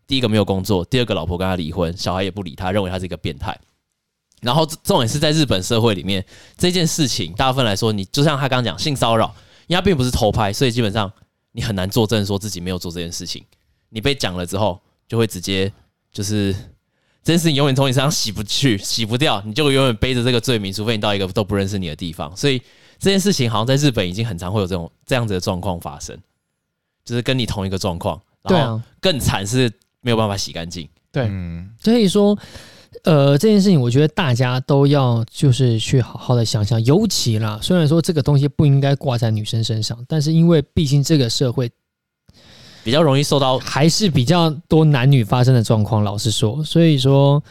C: 第一个没有工作，第二个老婆跟他离婚，小孩也不理他，认为他是一个变态。然后这重点是在日本社会里面，这件事情大部分来说，你就像他刚刚讲性骚扰，因为他并不是偷拍，所以基本上你很难作证说自己没有做这件事情。你被讲了之后，就会直接就是这件事情永远从你身上洗不去、洗不掉，你就永远背着这个罪名，除非你到一个都不认识你的地方。所以这件事情好像在日本已经很常会有这种这样子的状况发生，就是跟你同一个状况，
B: 对
C: 然后
B: 啊，
C: 更惨是没有办法洗干净。
B: 对
A: 嗯，
B: 所以说，呃，这件事情我觉得大家都要就是去好好的想想，尤其啦，虽然说这个东西不应该挂在女生身上，但是因为毕竟这个社会
C: 比较容易受到
B: 还是比较多男女发生的状况，老实说，所以说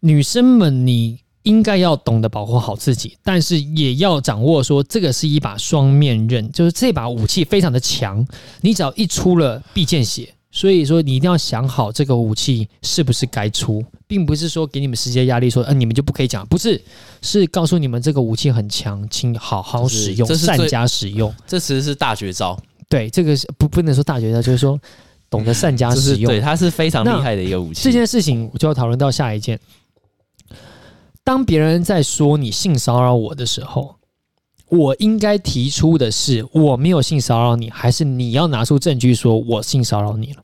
B: 女生们你。应该要懂得保护好自己，但是也要掌握说这个是一把双面刃，就是这把武器非常的强，你只要一出了必见血，所以说你一定要想好这个武器是不是该出，并不是说给你们时间压力说，呃，你们就不可以讲，不是，是告诉你们这个武器很强，请好好
C: 就是
B: 使用，
C: 这是
B: 善
C: 最
B: 加使用。
C: 这其实是大绝招，
B: 对，这个是不不能说大绝招，就是说懂得善加
C: 这
B: 使
C: 是
B: 用
C: 对，。它是非常
B: 那
C: 厉害的一个武器。
B: 这件事情我就要讨论到下一件。当别人在说你性骚扰我的时候，我应该提出的是我没有性骚扰你，还是你要拿出证据说我性骚扰你了？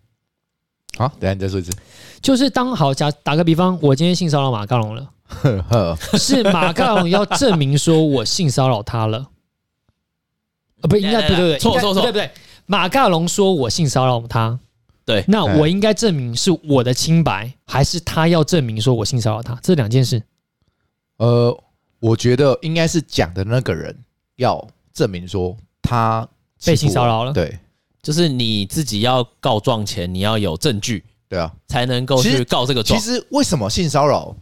A: 好，等一下你再说一次。
B: 就是当好假打个比方，我今天性骚扰马卡龙了，
A: 呵呵，
B: 是马卡龙要证明说我性骚扰他了，呃，不应该
C: 来来
B: 不对不对，
C: 错
B: 应该
C: 错错
B: 不对不对，马卡龙说我性骚扰他，
C: 对
B: 那
A: 对
B: 我应该证明是我的清白，还是他要证明说我性骚扰他？这两件事。
A: 呃，我觉得应该是讲的那个人要证明说他欺负我
B: 被性骚扰了
A: 对
C: 就是你自己要告状前，你要有证据，
A: 对啊。
C: 才能够
A: 其
C: 去
A: 实
C: 告这个
A: 其
C: 状。
A: 实为什么性骚扰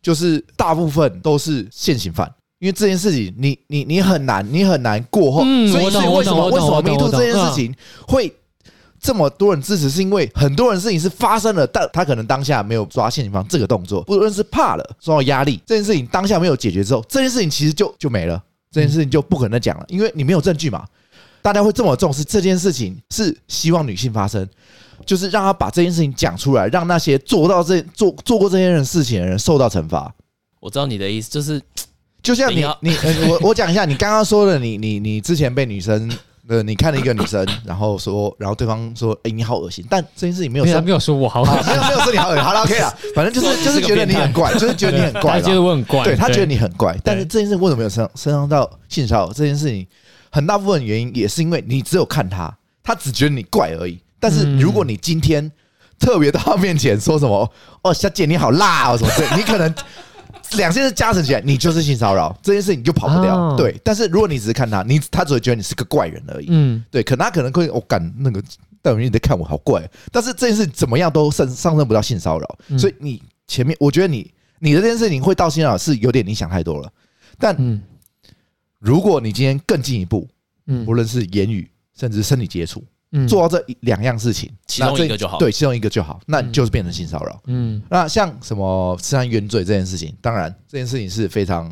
A: 就是大部分都是现行犯？因为这件事情你，你你很难，你很难过后，
B: 嗯
A: 所以
B: 我
A: 所
B: 懂
A: 以
B: 我
A: 为什
B: 懂
A: 么
B: 我
A: 为
B: 懂
A: 什么
B: 我懂
A: Me Too
B: 我懂嗯
A: 这件事情会这么多人支持，是因为很多人事情是发生了，但他可能当下没有抓现行犯这个动作，不论是怕了受到压力，这件事情当下没有解决之后，这件事情其实就就没了，这件事情就不可能再讲了，因为你没有证据嘛。大家会这么重视这件事情，是希望女性发生，就是让她把这件事情讲出来，让那些做到这做做过这些人事情的人受到惩罚。
C: 我知道你的意思，就是
A: 就像你
C: 等
A: 你呃我我讲一下，你刚刚说的，你你你之前被女生呃，你看了一个女生，然后说，然后对方说，哎、你好恶心，但这件事情没有
B: 没有他
A: 生
B: 没有说我好，
A: 啊，没有没有说你好恶心，好了 OK 了，反正就是就是觉得你很怪，就是觉得你很 怪
B: 他觉得
A: 啦，
B: 我很怪，
A: 对他觉得你很怪，但是
B: 对
A: 这件事为什么没有升升上到性骚扰这件事情，很大部分原因也是因为你只有看他，他只觉得你怪而已。但
B: 嗯
A: 是如果你今天特别到他面前说什么“哦，小姐你好辣哦”什么之类，你可能 两件事加成起来，你就是性骚扰这件事，你就跑不掉。
B: 哦
A: 对，但是如果你只是看他，你他只会觉得你是个怪人而已。
B: 嗯，
A: 对，可能他可能会，我、哦、感那个戴永你在看我好怪，但是这件事怎么样都上上升不到性骚扰，
B: 嗯
A: 所以你前面我觉得你你的这件事情会到性骚扰是有点你想太多了，但
B: 嗯
A: 如果你今天更进一步，
B: 嗯
A: 无论是言语甚至身体接触，
B: 嗯
A: 做到这一两样事情，
C: 其中
A: 那这
C: 一个就好
A: 对，其中一个就好，那你就是变成性骚扰。
B: 嗯
A: 那像什么涉案冤罪这件事情，当然这件事情是非常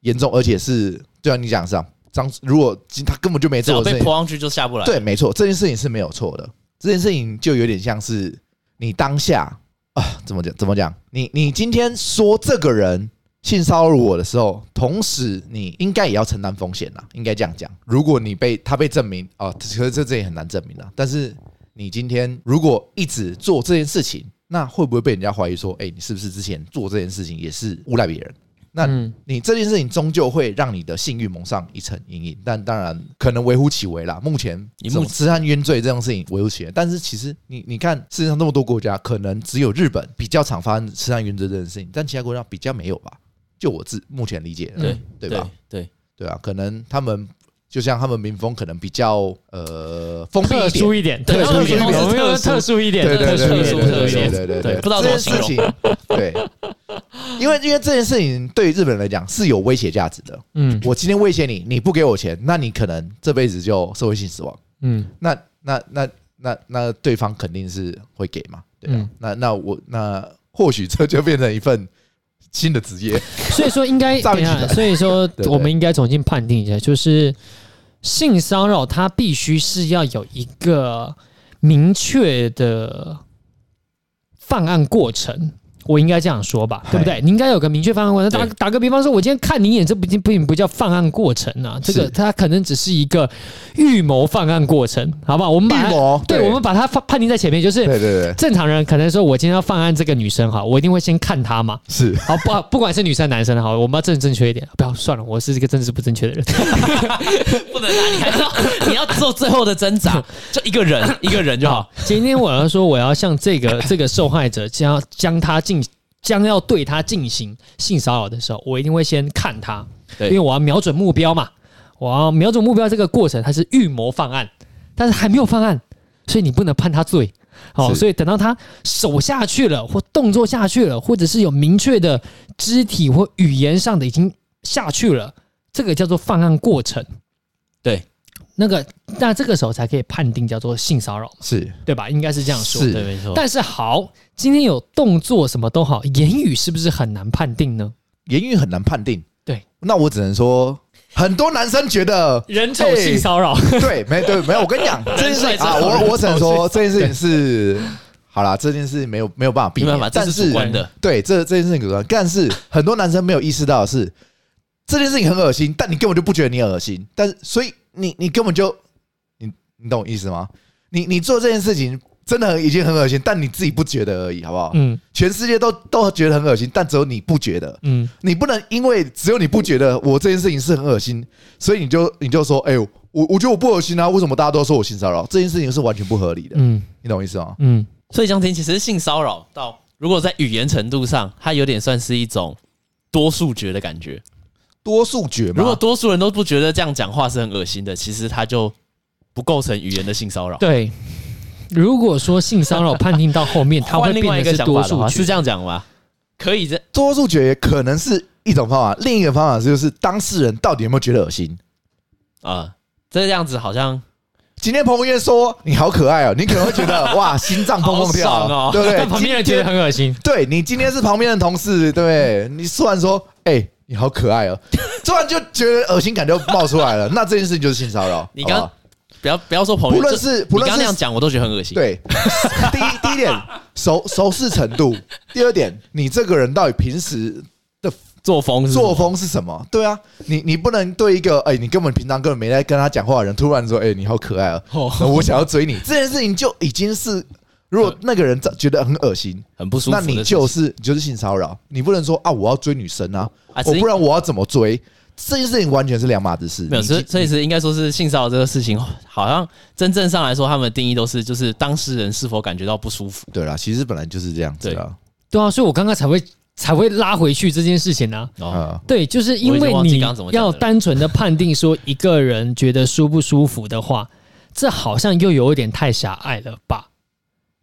A: 严重，而且是就像你讲的是啊，张如果今他根本就没
C: 只
A: 做
C: 要
A: 的事
C: 被
A: 情，
C: 泼上去就下不来。
A: 对，没错，这件事情是没有错的。这件事情就有点像是你当下啊，怎么讲？怎么讲？你你今天说这个人性骚扰我的时候，同时你应该也要承担风险啦，应该这样讲。如果你被他被证明啊，可是这这也很难证明啦。啊但是你今天如果一直做这件事情，那会不会被人家怀疑说，哎、你是不是之前做这件事情也是诬赖别人？那
B: 嗯
A: 你这件事情终究会让你的信誉蒙上一层阴影，但当然可能微乎其微啦。目前
C: 以
A: 这种
C: 目
A: 痴汉冤罪这种事情微乎其微，但是其实你你看世界上那么多国家，可能只有日本比较常发生痴汉冤罪这件事情，但其他国家比较没有吧？就我自目前理解的，
C: 嗯对
A: 对吧？
C: 对，
A: 对啊，可能他们就像他们民风可能比较呃封闭
B: 特
A: 一
B: 殊
A: 点。
B: 一点，
C: 对
B: 特殊一点，
A: 特殊
B: 我们有特殊一点，
A: 对对对
B: 特殊一
A: 对
B: 点，
A: 对
B: 特
A: 对
B: 殊
A: 对
B: 一点。
A: 对对
C: 对不知道怎
A: 这
C: 么
A: 件事情，对，因为因为这件事情对于日本人来讲是有威胁价值的，
B: 嗯
A: 我今天威胁你，你不给我钱，那你可能这辈子就社会性死亡。
B: 嗯
A: 那那那那那对方肯定是会给嘛，对啊。
B: 嗯
A: 那那我那或许这就变成一份新的 职业，
B: 所以说 应该
A: 上
B: 等
A: 一
B: 一
A: 集
B: 下，所以说
A: 对对
B: 我们应该重新判定一下，就是性骚扰它必须是要有一个明确的犯案过程。我应该这样说吧，对不对？你应该有个明确犯案过程。打
C: 对
B: 打个比方说，我今天看你眼，这不不不不叫犯案过程啊，这个
A: 是
B: 它可能只是一个预谋犯案过程，好不好？我们把它
A: 预谋
B: 对，
A: 对
B: 我们把它判判定在前面，就是
A: 对对对，
B: 正常人可能说，我今天要犯案这个女生哈，我一定会先看她嘛，
A: 是
B: 好不不管是女生男生好，我们要正正确一点。不要算了，我是一个政治不正确的人。
C: 不能拿，你还是要 你要做最后的 挣扎，就一个人一个人就好。
B: 今天我要说，我要向这 个这个受害者将将他进将要对他进行性骚扰的时候，我一定会先看他，
C: 对
B: 因为我要瞄准目标嘛，我要瞄准目标这个过程，他是预谋犯案，但是还没有犯案，所以你不能判他罪。好，
A: 是
B: 所以等到他手下去了，或动作下去了，或者是有明确的肢体或语言上的已经下去了，这个叫做犯案过程。
C: 对，
B: 那个那这个时候才可以判定叫做性骚扰。
A: 是
B: 对吧？应该是这样说。
A: 是
C: 对，没错。
B: 但是好，今天有动作什么都好，言语是不是很难判定呢？
A: 言语很难判定。
B: 对，
A: 那我只能说，很多男生觉得
B: 人丑性骚扰，
A: 对，没对，没有。我跟你讲，这件事
C: 人帅
A: 情
C: 之
A: 啊，
C: 后
A: 我我只能说
C: 人
A: 这件事情是好啦，这件事没有没有办法避
C: 没
A: 免
C: 办法，，这
A: 但
C: 是主观的。
A: 对，这这件事情主观，但是很多男生没有意识到的是，这件事情很恶心，但你根本就不觉得你恶心，但是所以你你根本就你你懂我意思吗？你你做这件事情真的很已经很恶心，但你自己不觉得而已，好不好？
B: 嗯
A: 全世界都都觉得很恶心，但只有你不觉得。
B: 嗯，
A: 你不能因为只有你不觉得我这件事情是很恶心，所以你就你就说，哎、呦，我我觉得我不恶心啊，为什么大家都说我性骚扰？这件事情是完全不合理的，
B: 嗯
A: 你懂我意思吗？
B: 嗯
C: 所以江婷其实性骚扰到，如果在语言程度上，它有点算是一种多数觉的感觉。
A: 多数觉嘛，
C: 如果多数人都不觉得这样讲话是很恶心的，其实它就不构成语言的性骚扰。
B: 对。如果说性骚扰判定到后面，它会
C: 换另外
B: 变
C: 一
B: 成是
C: 个想
B: 多
C: 法的
B: 数
C: 话，
B: 决
C: 是这样讲吗？可以这
A: 多数觉可能是一种方法，另一个方法就是当事人到底有没有觉得恶心。
C: 啊，这样子好像
A: 今天彭于晏说你好可爱哦，你可能会觉得哇心脏砰砰 跳，
C: 好爽哦
A: 对不对？
B: 但旁边人觉得
A: 今天
B: 很恶心。
A: 对你今天是旁边的同事，对不对？你突然说哎、你好可爱 哦，突然就觉得恶心感就冒出来了，那这件事情就是性骚扰。
C: 你
A: 好不好啊
C: 刚不要不要说朋友，
A: 不论
C: 这
A: 是不
C: 你
A: 论
C: 刚刚那
A: 是
C: 样讲，我都觉得很恶心。，
A: 对，第一第一点熟熟视程度，第二点你这个人到底平时
C: 作风是什么
A: 作风是什么？对啊，你你不能对一个哎、你根本平常根本没在跟他讲话的人，突然说哎、你好可爱啊、
C: 哦
A: 那我想要追你，这件事情就已经是，如果那个人觉得很恶心，
C: 很不舒服
A: 那
C: 的事情。
A: 你就是你就是性骚扰，你不能说啊我要追女生啊，
C: 啊
A: 我
C: 只是
A: 不然我要怎么追？这件事情完全是两码子事，
C: 没有，
A: 你
C: 所以所以是应该说是性骚扰这个事情，好像真正上来说，他们的定义都是就是当事人是否感觉到不舒服
A: 对啦，其实本来就是这样子啦，
B: 对啊，所以我刚刚才会才会拉回去这件事情呢、
C: 哦。
A: 啊，
B: 对，就是因
C: 我已经
B: 为
C: 忘记
B: 你
C: 刚刚怎么讲的
B: 要
C: 了
B: 单纯的判定说一个人觉得舒不舒服的话，这好像又有一点太狭隘了吧？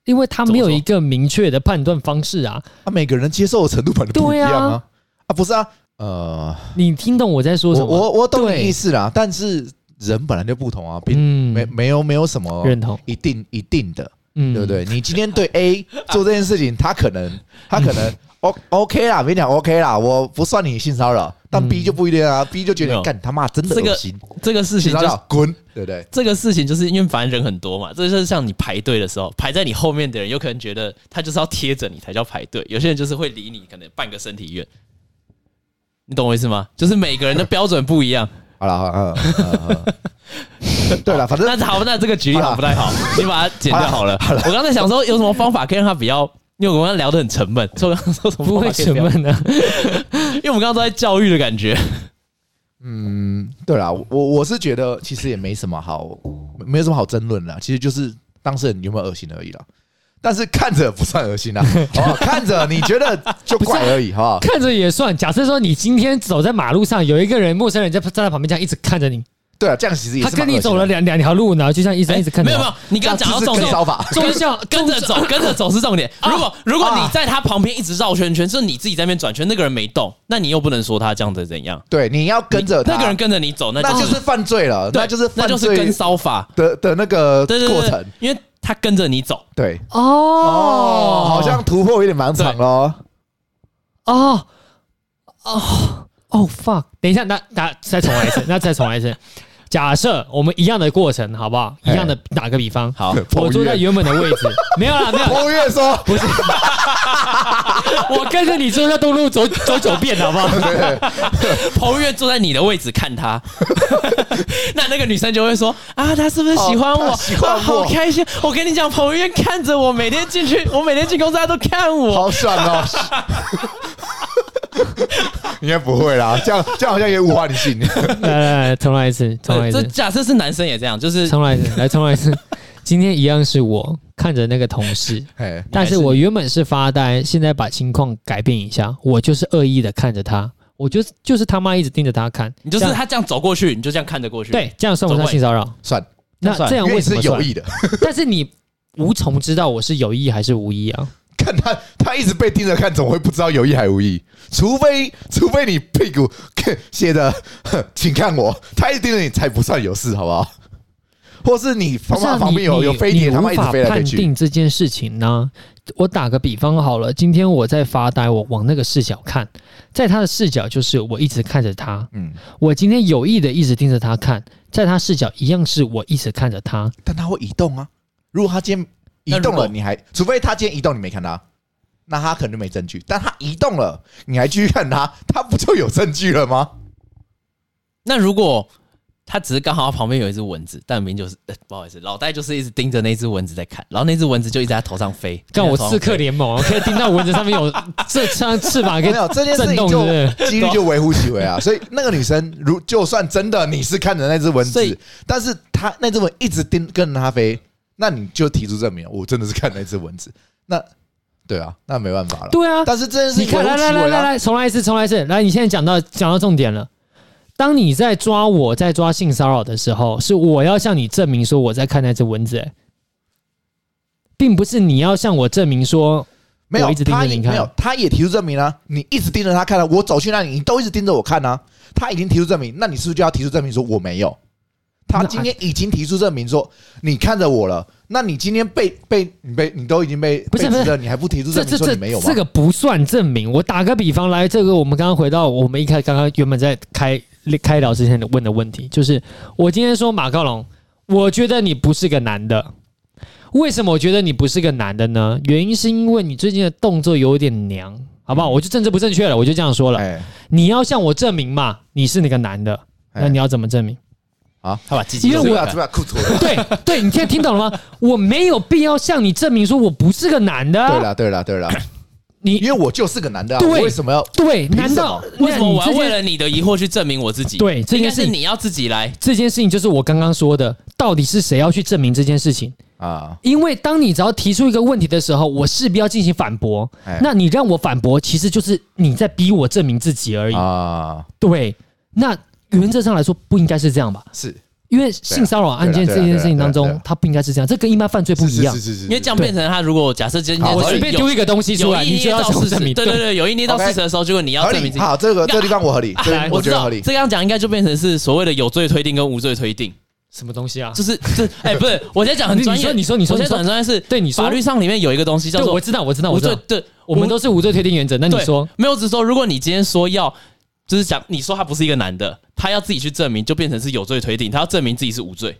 B: 因为他没有
C: 怎么说
B: 一个明确的判断方式啊。
A: 啊每个人接受的程度本来就不一样
B: 对
A: 啊
B: 啊，
A: 啊不是啊，呃，
B: 你听懂我在说什
A: 我
B: 么？
A: 我我懂你
B: 对
A: 意思啦，但是人本来就不同啊，并
B: 嗯
A: 没没有没有什么
B: 认同，
A: 一定一定的，
B: 嗯
A: 对不？对？你今天对 A 做这件事情，他可 能他可能 O OK 啦，没讲 OK 啦，我不算你性骚扰，
B: 嗯
A: 但 B 就不一定啊，B 就觉
C: 没
A: 得
C: 有
A: 干他妈真的
C: 这个
A: 恶心，
C: 这个事情
A: 性骚
C: 就是
A: 扰滚，对不对？
C: 这个事情，就是因为反正人很多嘛，这就是像你排队的时候，排在你后面的人有可能觉得他就是要贴着你才叫排队，有些人就是会离你可能半个身体远，你懂我意思吗？就是每个人的标准不一样。
A: 好了，好了，嗯 嗯嗯对了，反正
C: 那好，那这个举例
A: 好啦
C: 好像不太好，你把它剪掉好了。
A: 好啦
C: 我刚才想说有什么方法可以让他比较，因为我们刚刚聊得很沉闷，所以我刚刚说什么
B: 不
C: 方法
B: 会
C: 可以
B: 沉
C: 聊，
B: 闷的、啊
C: 因为我们刚刚都在教育的感觉。
A: 嗯，对啦，我我是觉得其实也没什么好，没有什么好争论啦，其实就是当事人有没有恶心而已啦。但是看着不算恶心啦，啊 好不好？看着你觉得就怪而已，
C: 啊
A: 好不好？
B: 看着也算。假设说你今天走在马路上，有一个人陌生人在站在旁边这样一直看着你，
A: 对啊，这样其实也
B: 他
A: 是
B: 跟
A: 蛮
B: 你
A: 恶心
B: 走了
A: 的，
B: 两两条路，然后就像一直一直看着你。
C: 哎没有没有，你刚刚讲到
A: 这
C: 重
A: 样就是
C: 点
A: 跟，骚法，
B: 中校
C: 跟着走，跟着走是哦重点。
B: 啊
C: 如果如果
A: 啊
C: 你在他旁边一直绕圈圈，是你自己在那边转圈，那个人没动，那你又不能说他这样子怎样。
A: 对，你要跟着他
C: 那个人跟着你走，那
A: 那就是犯罪了，
C: 对
A: 那就是
C: 那
A: 犯
C: 就是
A: 罪
C: 跟骚法。
A: 的的那个
C: 对对
A: 过
C: 对对
A: 程，，
C: 因为他跟着你走，
A: 对。
B: 哦
A: 哦，，好像突破有点蛮长哦。
B: 哦哦哦 fuck！等一下，那那再重来一 次，那再重来一次。假设我们一样的过程，好不好？一
A: 哎
B: 样的打个比 方，
C: 好，
B: 我坐在原本的位置， 没有啦，没有，
A: 彭于晏说
B: 我跟着你坐在东路走走九遍，好不 好？
C: 彭于晏坐在你的位置看 他，那那个女生就会说啊，他是不是喜欢我？
A: 哦他喜欢我
C: 啊好开心！我跟你讲，彭于晏看着我，每天 进去，我每天进公司他都看：“我。
A: 好爽哦！” 应该不会啦，这样这样好像也物化女 性。
B: 来来来，哎重来一次，重来
C: 对
B: 一
C: 这
B: 次，
C: 假设是男生也这样，就是
B: 重来一次，来重来一次。今天一样是我看着那个同 事，
A: 哎，
B: 但是我原本是发呆，现在把情况改变一下，我就是恶意的看着他，我就是就是他妈一直盯着他看，
C: 你就是
B: 这样
C: 他这样走过去，你就这样看着过去。
B: 对，这样算不
C: 走
B: 算
C: 位
B: 性骚扰？
A: 算，
B: 那
C: 那算
B: 这样
A: 因为
B: 为
A: 你
B: 什么
A: 是
B: 算
A: 有？意的。
B: 但是你无从知道我是有意还是无意 啊？
A: 看他，他一直被盯着看，怎么会不知道有意还无意？除非除非你屁股 写的 “请看我”，他一直盯着你才不算有事，好不好？或是你
B: 不
A: 旁
B: 是啊
A: 边旁边有
B: 你
A: 有
B: 你
A: 飞碟，
B: 你
A: 他
B: 无
A: 妈一直
B: 法
A: 飞来飞
B: 判
A: 去。
B: 定这件事情呢、我打个比方好了，今天我在发呆，我往那个视角看，在他的视角就是我一直看着他，
A: 嗯，
B: 我今天有意的一直盯着他看，在他视角一样是我一直看着他。
A: 但他会移动啊。如果他今天移
C: 那
A: 动
C: 如果
A: 了，你还除非他今天移动，你没看他，那他可能就没证据。但他移动了，你还继续看他，他不就有证据了吗？
C: 那如果他只是刚好旁边有一只蚊子，但明明就是、呃不好意思，老戴就是一直盯着那只蚊子在看，然后那只蚊子就一直在他头上飞。
B: 但我
C: 一直在头上
B: 刺客
C: 飞，
B: 联盟，我可以听到蚊子上面有这 像翅膀
A: 没
B: 跟
A: 有这件事
B: 震
A: 情
B: 动，
A: 就
B: 对不对？
A: 几率就微乎其 微啊。所以那个女生，如就算真的你是看着那只蚊
C: 所以
A: 子，但是她那只蚊一直盯跟着她飞，那你就提出证明，我真的是看那只蚊子。那对啊，那没办法了。
B: 对啊，
A: 但是这件事
B: 你
A: 情
B: 看，
A: 微
B: 来
A: 乎
B: 来
A: 其
B: 来
A: 微
B: 来
A: 啊。
B: 来，重来一次，重来一次。来，你现在讲到讲到重点了。当你在抓我在抓性骚扰的时候，是我要向你证明说我在看那只蚊子、欸并不是你要向我证明说
A: 没有，
B: 我一直盯着
A: 他
B: 你
A: 也
B: 看
A: 没有，他也提出证明啊。你一直盯着他看啊，我走去那里，你都一直盯着我看啊。他已经提出证明，那你是不是就要提出证明说我没有？他
B: 那
A: 今天已经提出证明说你看着我了，那你今天被被你被你都已经被
B: 不是
A: 被
B: 不是
A: 指证，你还不提出
B: 这
A: 证
B: 这
A: 明说
B: 这
A: 你没有吗
B: 这？个不算证明。我打个比方来，这个我们刚刚回到我们一开刚刚原本在开开聊之前问的问题，就是我今天说马高龙，我觉得你不是个男的。为什么我觉得你不是个男的呢？原因是因为你最近的动作有点娘，好不好？我就政治不正确了，我就这样说了。
A: 嗯哎，
B: 你要向我证明嘛，你是那个男的，那
A: 哎
B: 你要怎么 证明？
C: 他把鸡
B: 因
C: 鸡
B: 为
C: 露
A: 是不
C: 出
A: 是
B: 我
C: 来
A: 啊是不是啊裤子脱了？
B: 对对，你现在听懂了吗？我没有必要向你证明说我不是个男的啊。
A: 对了对了对了，
B: 你
A: 因为我就是个男的啊，
B: 对
A: 我为什么要？
B: 对，
A: 凭
B: 难
A: 什
B: 道
A: 么
B: 那
C: 为什么
B: 你
C: 我要
B: 这件
C: 为了你的疑惑去证明我自己？
B: 对这
C: 应
B: 件
C: 该
B: 事
C: 是
B: 情
C: 你要自己来。
B: 这件事情就是我刚刚说的，到底是谁要去证明这件事情？
A: 啊，
B: 因为当你只要提出一个问题的时候，我势必要进行反驳
A: 哎。
B: 那你让我反驳，其实就是你在逼我证明自己而已。
A: 啊，
B: 对，那原则上来说不应该是这样吧？
A: 是
B: 因为性骚扰案件
A: 对啊
B: 这
A: 对啊
B: 件事情当
A: 对啊对
B: 中
A: 啊，
B: 它不应该是这样，这跟一般犯罪不
A: 是
B: 一样
A: 是。是是，
C: 因为这样变成他，如果假设今天
A: 好
B: 我
A: 合理
B: 随
A: 是
B: 便丢一个东西出
C: 有
B: 来，
C: 意
B: 你
C: 捏
B: 就要
C: 到
B: 向
C: 事
B: 我
C: 实
B: 证，明。
C: 对对对，有意捏到
A: OK
C: 事实的时候，结果你要
A: 合
C: 证明
A: 理。
C: 自己。啊
A: 好，这个这个地方我合理，这
B: 来
A: 个
B: 我
A: 我
C: 知
A: 觉得
C: 道
A: 合理。
C: 这样讲应该就变成是所谓的有罪推定跟无罪推定，
B: 什么东西啊？
C: 就是这哎，不是我现在讲很
B: 你
C: 专
B: 你
C: 业，
B: 说你说你说
C: 我现
B: 你
C: 在
B: 说
C: 讲很，专业是
B: 对你说
C: 法律上里面有一个东西叫
B: 对，
C: 做
B: 我知道我知道我
C: 无
B: 知
C: 罪
B: 道，，
C: 对，
B: 我们都是无罪推定原则。那你
C: 对
B: 说
C: 没有，我只是说如果你今天说要，就是讲你说他不是一个男的，他要自己去证明，就变成是有罪推定，他要证明自己是无罪。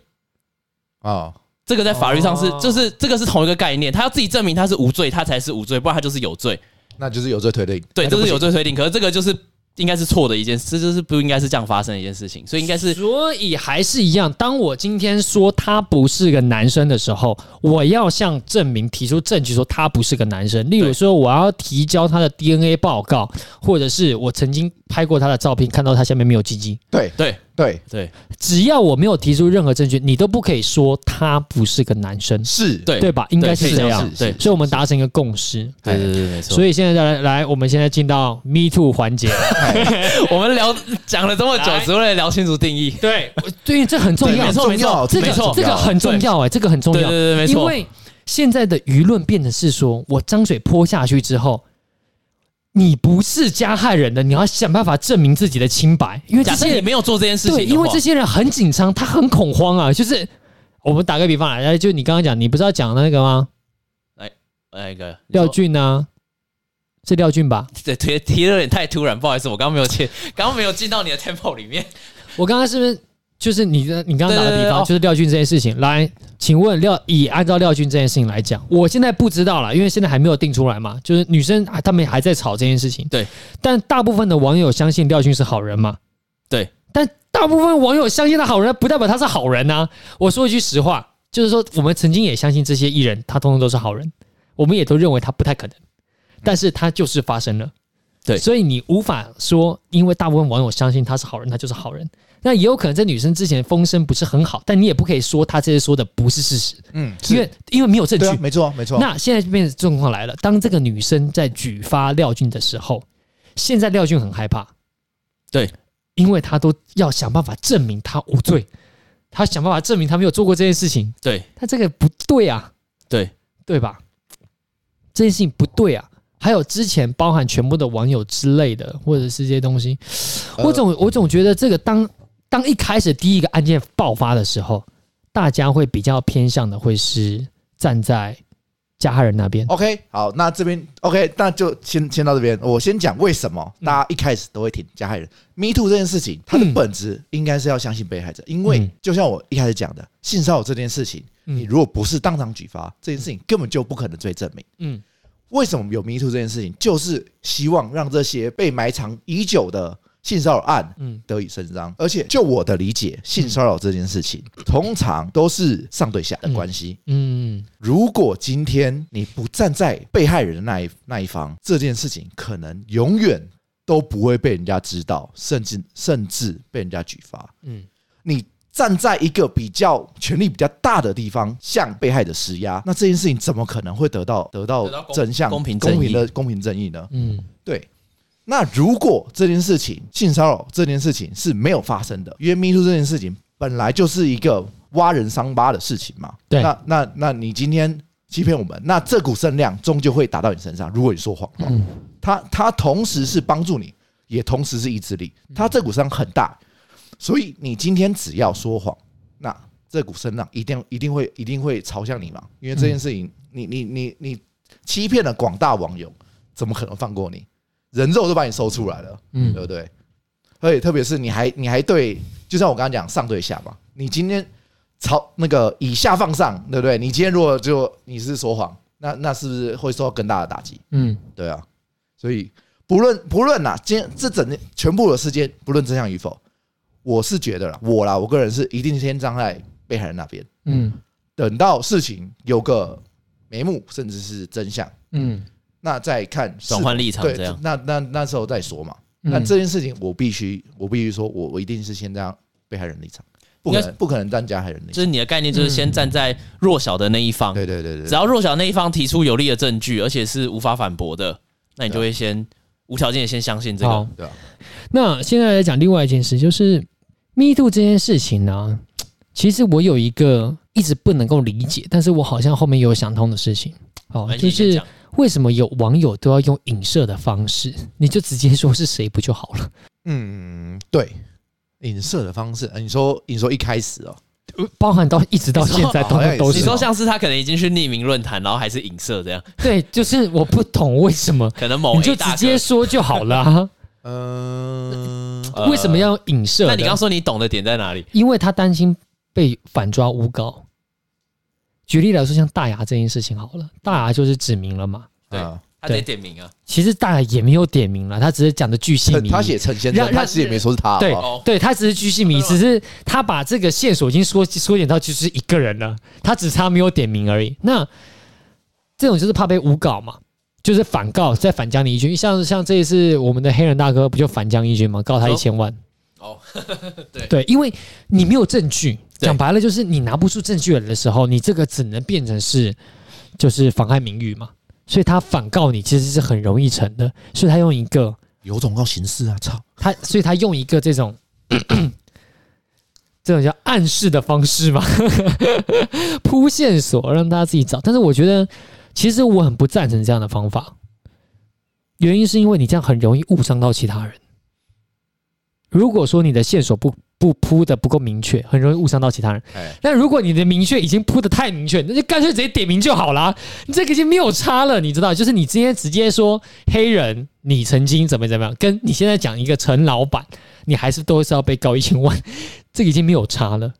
A: 啊，
C: 这个在法律上是，
B: 哦
C: 就是这个是同一个概念，他要自己证明他是无罪，他才是无罪，不然他就是有罪。
A: 那就是有罪推定。哎
C: 对，
B: 那
C: 这
B: 就不
C: 是有罪推定，可是这个就是应该是错的一件事，这就是不应该是这样发生的一件事情，所以应该是
B: 所以还是一样，当我今天说他不是个男生的时候，我要向证明提出证据说他不是个男生。例如说，我要提交他的 DNA 报告，或者是我曾经拍过他的照片，看到他下面没有鸡鸡。
A: 对
C: 对
A: 对，
C: 对
B: 只要我没有提出任何证据，你都不可以说他不是个男生，
A: 是，
C: 对
B: 对吧？应该
C: 可
B: 是
C: 以
B: 这
C: 这样
B: 样
C: 想。对
B: 所以我们达成一个共识。
C: 对对对，没错。
B: 所以现在来来，我们现在进到 Me Too 环节。
C: 我们聊讲了这么久
B: 来，
C: 只为了聊清楚定义。
B: 对，对，这很重
A: 对
B: 要
A: 没。错
C: 重要
B: 这
A: 没
B: 个
A: 错
B: 这个很重要哎、这个很重
C: 对
B: 要
C: 对，对，没
B: 因
C: 错。
B: 为现在的舆论变得是说，我脏水泼下去之后，你不是加害人的，你要想办法证明自己的清白，因为这
C: 假设
B: 些
C: 你
B: 人
C: 没有做这件事情
B: 对，
C: 的话，
B: 因为这些人很紧张，他很恐慌啊，就是。我们打个比方啊，哎就你刚刚讲，你不是要讲那个吗？
C: 那个你
B: 廖
C: 说
B: 俊啊，是廖俊吧？
C: 对提提的有点太突然，不好意思，我刚刚没有切，刚刚没有进到你的 tempo 里面。
B: 我刚刚是不是就是你的？你刚刚打
C: 对
B: 的
C: 对
B: 比
C: 对
B: 方
C: 哦
B: 就是廖俊这件事情。来，请问廖以按照廖俊这件事情来讲，我现在不知道了，因为现在还没有定出来嘛。就是女生啊，她们还在吵这件事情。
C: 对，
B: 但大部分的网友相信廖俊是好人嘛？
C: 对，
B: 但大部分网友相信他好人，不代表他是好人呐、我说一句实话，就是说我们曾经也相信这些艺人，他通通都是好人，我们也都认为他不太可能，但是他就是发生了。
C: 嗯对
B: 所以你无法说，因为大部分网友相信他是好人，他就是好人。那也有可能这女生之前风声不是很好，但你也不可以说她这些说的不是事实，
A: 嗯，
B: 因
A: 是，
B: 为因为没有证据
A: 对啊，。没错没错，
B: 那现在就变成状况来了，当这个女生在举发廖俊的时候，现在廖俊很害怕，
C: 对，
B: 因为他都要想办法证明他无罪，他想办法证明他没有做过这件事情，
C: 对
B: 但这个不对啊，
C: 对
B: 对吧？这件事情不对啊。还有之前包含全部的网友之类的，或者是这些东西，
A: 呃
B: 我总我总觉得这个当当一开始第一个案件爆发的时候，大家会比较偏向的会是站在加害人那边。
A: OK，好，那这边 OK，那就先先到这边。我先讲为什么
B: 嗯
A: 大家一开始都会挺加害人。Me too 这件事情，它的本质应该是要相信被害者，因为
B: 嗯
A: 就像我一开始讲的，性骚扰这件事情，
B: 嗯
A: 你如果不是当场举发，这件事情根本就不可能被证明。
B: 嗯
A: 为什么有 Me too 这件事情，就是希望让这些被埋藏已久的性骚扰案
B: 嗯
A: 得以伸张。而且，就我的理解，性骚扰这件事情通常都是上对下的关系，
B: 嗯，
A: 如果今天你不站在被害人的那一那一方，这件事情可能永远都不会被人家知道，甚至甚至被人家举发。
B: 嗯
A: 嗯，你站在一个比较权力比较大的地方向被害者施压，那这件事情怎么可能会得到得到
C: 得到公
A: 真相、
C: 公平正义
A: 公平的公平正义呢？
B: 嗯
A: 对。那如果这件事情性骚扰这件事情是没有发生的，因为 Me Too 这件事情本来就是一个挖人伤疤的事情嘛。
B: 对
A: 那那那你今天欺骗我们，那这股声量终究会打到你身上。如果你说谎话，
B: 嗯
A: 它它同时是帮助你，也同时是意志力，
B: 嗯
A: 它这股声很大，所以你今天只要说谎，那这股声浪一定一定会一定会朝向你嘛，因为这件事
B: 嗯
A: 情，你你你你欺骗了广大网友，怎么可能放过你？人肉都把你搜出来了，
B: 嗯
A: 对不对？而且特别是你还你还对，就像我刚刚讲上对下嘛，你今天朝那个以下放上，对不对？你今天如果就你是说谎，那那是不是会受到更大的打击？
B: 嗯
A: 对啊，所以不论不论呐、今天这整全部的事件，不论真相与否，我是觉得啦，我啦，我个人是一定先站在被害人那边，
B: 嗯
A: 等到事情有个眉目，甚至是真相，
B: 嗯，
A: 那再看是
C: 转换立场
A: 对
C: 这样，
A: 那那那时候再说嘛。
B: 嗯
A: 那这件事情，我必须，我必须说，我我一定是先站被害人立场，不
C: 应
A: 可
C: 该是
A: 能不可能站加害人立
C: 就
A: 场。
C: 是你的概念就是先站在弱小的那一
A: 嗯
C: 方，
A: 对对对对
C: 只
A: 对，
C: 要弱小那一方提出有力的证据，而且是无法反驳的，那你
A: 啊
C: 就会先无条件的先相信这
B: 好
C: 个。
A: 对啊
B: 那现在来讲另外一件事，就是 Me Too 这件事情呢、其实我有一个一直不能够理解，但是我好像后面有想通的事情哦，
C: 安
B: 就
C: 静一点
B: 是
C: 讲
B: 为什么有网友都要用影射的方式，你就直接说是谁不就好了？
A: 嗯，对，影射的方式，呃你说你说一开始哦，
B: 包含到一直到现在都
A: 好像也
B: 都
A: 是
B: 是
C: 你
A: 哦
C: 说像是他可能已经去匿名论坛，然后还是影射这样，
B: 对，就是我不懂为什么
C: 可能某
B: 你
C: A
B: 就
C: 哦大
B: 直
C: 哥
B: 接说就好了、啊，
A: 嗯、
C: 呃
B: 为什么要用影射的？
C: 那你刚说你懂的点在哪里？
B: 因为他担心被反抓诬告。举例来说，像大牙这件事情好了，大牙就是指明了嘛，
C: 对
A: 啊
C: 他得
B: 对
C: 点名啊。
B: 其实大概也没有点名了，他只是讲的巨细靡
A: 陈
B: 遗。
A: 他写陈先
B: 让
A: 生，
B: 让
A: 他其实也没说是他，
B: 对
A: 好不好
C: 哦
B: 对，他只是居心迷，
C: 真的
B: 只
C: 吗
B: 是他把这个线索已经缩缩减到就是一个人了，他只差没有点名而已。那这种就是怕被诬告嘛，就是反告再反将你一军。像像这一次我们的黑人大哥不就反将一军吗？告他
C: 哦
B: 一千万。
C: 哦，
B: 对，因为你没有证据，讲白了就是你拿不出证据来的时候，你这个只能变成是就是妨害名誉嘛。所以他反告你其实是很容易成的，所以他用一个
A: 有种要行事啊！操，
B: 他所以他用一个这种这种叫暗示的方式嘛， 铺线索让大家自己找。但是我觉得，其实我很不赞成这样的方法，原因是因为你这样很容易误伤到其他人。如果说你的线索不不铺的不够明确，很容易误伤到其他人。
A: 哎，
B: 但如果你的明确已经铺的太明确，那就干脆直接点名就好啦。你这个已经没有差了，你知道？就是你今天直接说黑人，你曾经怎么怎么样，跟你现在讲一个陈老板，你还是都是要被告一千万， 这个已经没有差了。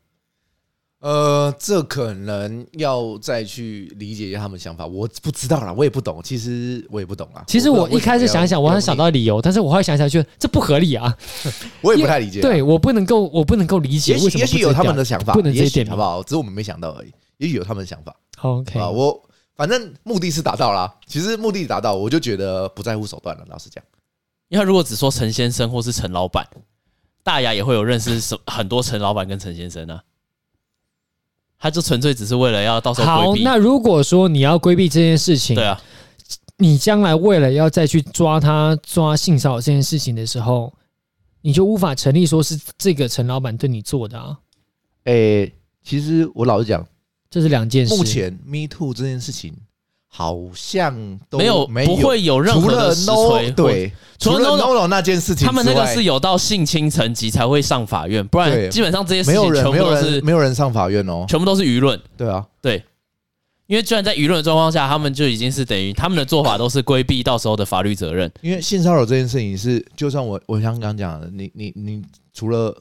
A: 呃，这可能要再去理解一下他们想法，我不知道啦，我也不懂，其实我也不懂啦。
B: 其实我一开始想一想，我很想
A: 到，
B: 到理由，但是我后来想一想，觉得这不合理啊。
A: 我也不太理解啊。
B: 对我不能够，我不能够理解
A: 也
B: 为
A: 许
B: 什么
A: 也
B: 不直
A: 许
B: 接
A: 有他们
B: 调
A: 的想法，
B: 不能直接
A: 也许
B: 点名
A: 好不好？只是我们没想到而已。也许有他们的想法
B: OK，
A: 啊，我反正目的是达到啦。其实目的达到，我就觉得不在乎手段了。老实讲，
C: 因为他如果只说陈先生或是陈老板，大牙也会有认识什很多陈老板跟陈先生啊。他就纯粹只是为了要到时候
B: 好
C: 规，避。
B: 那如果说你要规避这件事情
C: 对，啊，
B: 你将来为了要再去抓他抓性骚扰这件事情的时候，你就无法成立说是这个陈老板对你做的啊，
A: 诶，其实我老实讲，
B: 这是两件事。
A: 目前 Me Too 这件事情好像都
C: 没有
A: 没
C: 不会有任
A: 除
C: 何
A: 了
C: 的实锤
A: No 对，
C: 除了
A: No
C: no-
A: No 那件事情之外，
C: 他们那个是有到性侵层级才会上法院，不
A: 对
C: 然基本上这些事
A: 没有
C: 情全
A: 人
C: 部
A: 没有
C: 都
A: 人
C: 是
A: 没有人上法院哦。
C: 全部都是舆论。
A: 对啊，
C: 因为居然在舆论的状况下，他们就已经是等于他们的做法都是规避到时候的法律责任。
A: 因为性骚扰这件事情是，就算我我像刚刚讲的，你你你除了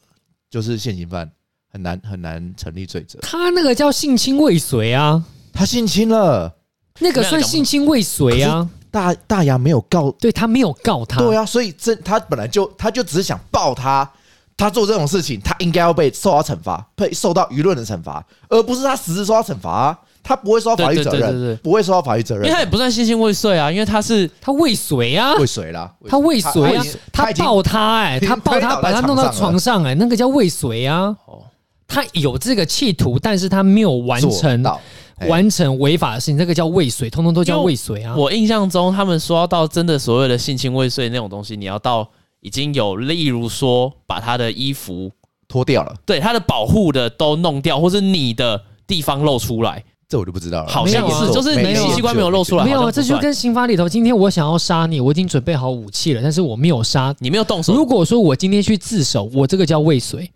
A: 就是现行犯，很难很难成立罪责。
B: 他那个叫性侵未遂啊，
A: 他性侵了，
B: 那个算性侵未遂啊，
A: 大大牙没有告，
B: 对他没有告他。
A: 对啊，所以这他本来就他就只是想抱他，他做这种事情，他应该要被受到惩罚，被受到舆论的惩罚，而不是他实质受到惩罚啊、他不会受到法律责任，
C: 对对对对对
A: 不会受到法律责
C: 因为
A: 任
C: 他，也不算性侵未遂啊，因为他是
B: 他未遂啊，
A: 未遂啦，
B: 他未遂
A: 他
B: 啊
A: 已经，他
B: 他
A: 已经
B: 抱他哎、
A: 已经
B: 他抱他
A: 推倒在
B: 把他弄到
A: 床上了
B: 床上哎、那个叫未遂啊。
C: 哦
B: 他有这个企图，但是他没有完
A: 做
B: 成
A: 到哎
B: 完成违法的事情，那个叫未遂，通通都叫未遂啊。
C: 我印象中，他们说到真的所谓的性侵未遂那种东西，你要到已经有，例如说把他的衣服、
A: 脱掉了，
C: 对他的保护的都弄掉，或者你的地方露出来，
A: 这我就不知道了。
C: 好
B: 没
C: 像
B: 有啊
C: 是，就是
B: 没
C: 你
B: 有啊
C: 性器官没有露出
A: 不
C: 来，
B: 没有
C: 好
B: 啊，
C: 像
B: 这就
C: 不算
B: 跟刑法里头，今天我想要杀你，我已经准备好武器了，但是我没有杀。
C: 你没有动手，
B: 如果说我今天去自首，我这个叫未遂，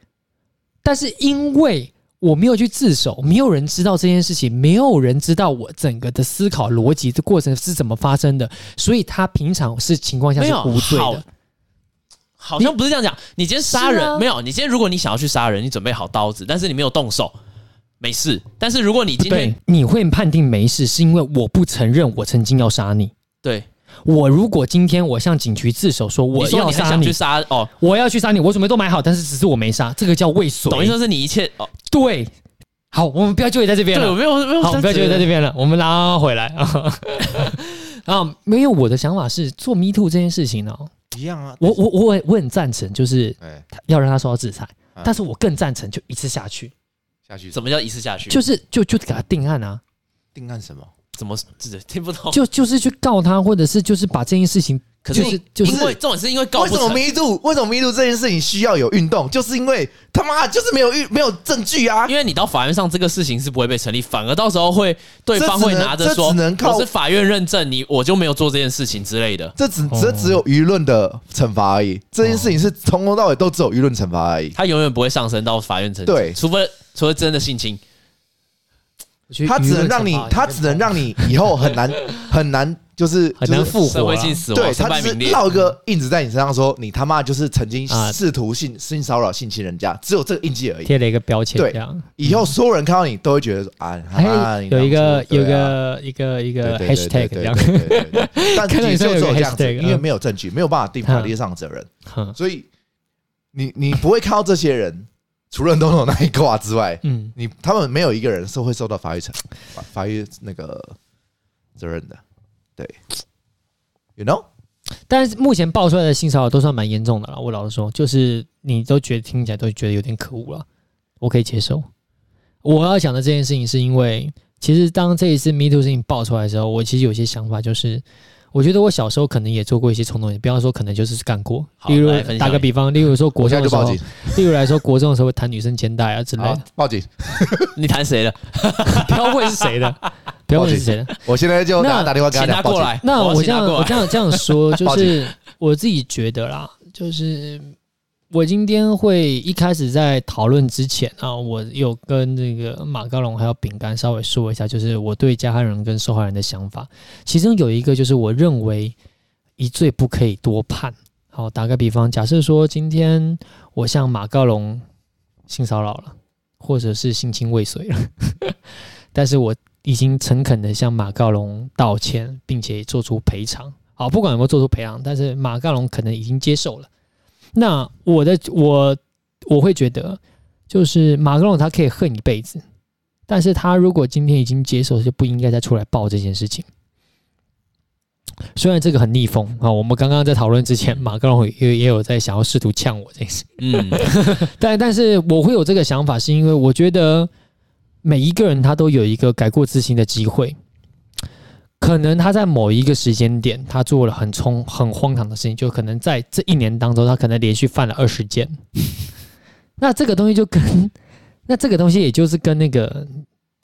B: 但是因为我没有去自首，没有人知道这件事情，没有人知道我整个的思考逻辑的过程是怎么发生的，所以他平常是情况下
C: 没
B: 是
C: 有
B: 无罪
C: 好
B: 的。
C: 好像不是这样讲。你今天杀
B: 是啊
C: 人没有？你今天如果你想要去杀人，你准备好刀子，但是你没有动手，没事。但是如果你今
B: 对
C: 天，
B: 你会判定没事，是因为我不承认我曾经要杀你。
C: 对
B: 我如果今天我向警局自首说
C: 你
B: 我
C: 说
B: 要
C: 你很
B: 杀
C: 想
B: 你
C: 去，杀哦，
B: 我要去杀你，我准备都买好，但是只是我没杀，这个叫未遂。
C: 等于说是你一切哦，
B: 对，好，我们不要纠结在这边
C: 对，我
B: 了。
C: 没有没有，
B: 啊 好，我们不要纠结在这边了，我们拉回 来啊。啊，没有，我的想法是做 Me Too 这件事情呢、
A: 一样啊，
B: 我我我我很赞成，就是
A: 哎
B: 要让他受到制裁
A: 嗯，
B: 但是我更赞成就一次下去，
A: 下去
C: 怎么叫一次下
A: 嗯
C: 去？
B: 就是就就给他定案啊，
A: 定案什么？
C: 怎么这听不懂？
B: 就就是去告他，或者是就是把这件事情
C: 可是
B: 就是
C: 你
B: 就是
C: 因为这种是因为告
A: 为
C: 不
A: 什么
C: 成，
A: 迷路？为什么迷路这件事情需要有运动？就是因为他妈就是没有运没有证据啊！
C: 因为你到法院上这个事情是不会被成立，反而到时候会对方
A: 这
C: 会
A: 只能
C: 拿着说
A: 这只能靠
C: 我是法院认证你，我就没有做这件事情之类的。
A: 这只
B: 哦
A: 这只有舆论的惩罚而已，这件事情是从头到尾都只有舆论惩罚而已。
C: 他永远不会上升到法院层级，
A: 对
C: 除非除非真的性侵，
B: 去
A: 他只
B: 娱乐
A: 能让你
B: 惩罚，
A: 他只能让你以后很 难很难，就是
B: 很
A: 就
B: 难
A: 是
B: 复
C: 社
B: 活
C: 会
B: 啦。
C: 性死
A: 对
C: 亡，身
A: 他
C: 败
A: 就是
C: 名裂。
A: 烙一个印子在你身上，说你他妈就是曾经
B: 嗯啊
A: 试图性性骚扰、性侵人家，只有这个印记而已。
B: 贴了一个标签，
A: 对
B: 这样。
A: 以后所有人看到你都会觉得说啊，他
B: 还
A: 妈你
B: 哎有一个
A: 当初
B: 有一
A: 对啊
B: 个一个一个
A: 对对对对
B: hashtag 这
A: 对
B: 样，
A: 对对对对对但
B: 看到
A: 你
B: 你
A: 就只
B: 上面有
A: 有这
B: 个
A: 样子，
B: hashtag，
A: 因为
B: 嗯
A: 没有证据，没有办法定法律上的责任，
B: 哼
A: 所以你你不会看到这些人，除了东东那一挂之外，
B: 嗯，
A: 你他们没有一个人是会受到法律惩法法律那个责任的，对，you know，
B: 但是目前爆出来的性骚扰都算蛮严重的了。我老实说，就是你都觉得听起来都觉得有点可恶了，我可以接受。我要讲的这件事情是因为，其实当这一次 Me Too 事情爆出来的时候，我其实有些想法，就是我觉得我小时候可能也做过一些冲动，比方说可能就是干过，
C: 好
B: 例如
C: 来分享
B: 打个比方，例如说国
A: 我现
B: 中
A: 在
B: 的
A: 就
B: 时
A: 报
B: 候
A: 警，，
B: 例如来说国中的时候会弹女生肩带啊之类
A: 好
B: 的，
A: 报警，
C: 你谈谁了？
B: 不要问是谁的，不要问是谁的。
A: 我现在就
B: 那
A: 打打电话给
C: 请
A: 他讲，
C: 他
A: 报
C: 过
A: 警，
C: 来。
B: 那我
C: 我要
B: 这
C: 请
B: 样
C: 他过
B: 我
C: 来
B: 这样这样说，就
A: 报
B: 是我自己觉得啦，就是我今天会一开始在讨论之前啊，我有跟那个马高龙还有饼干稍微说一下，就是我对加害人跟受害人的想法。其中有一个就是我认为一罪不可以多判。好，打个比方，假设说今天我向马高龙性骚扰了，或者是性侵未遂了， 但是我已经诚恳的向马高龙道歉，并且做出赔偿。好，不管有没有做出赔偿，但是马高龙可能已经接受了。那我的我我会觉得，就是马高龙他可以恨一辈子，但是他如果今天已经接受，就不应该再出来报这件事情。虽然这个很逆风啊，我们刚刚在讨论之前，马高龙也也有在想要试图呛我这件事，
C: 嗯，
B: 但但是我会有这个想法，是因为我觉得每一个人他都有一个改过自新的机会。可能他在某一个时间点，他做了很冲、很荒唐的事情，就可能在这一年当中，他可能连续犯了二十件。 那这个东西就跟那这个东西，也就是跟那个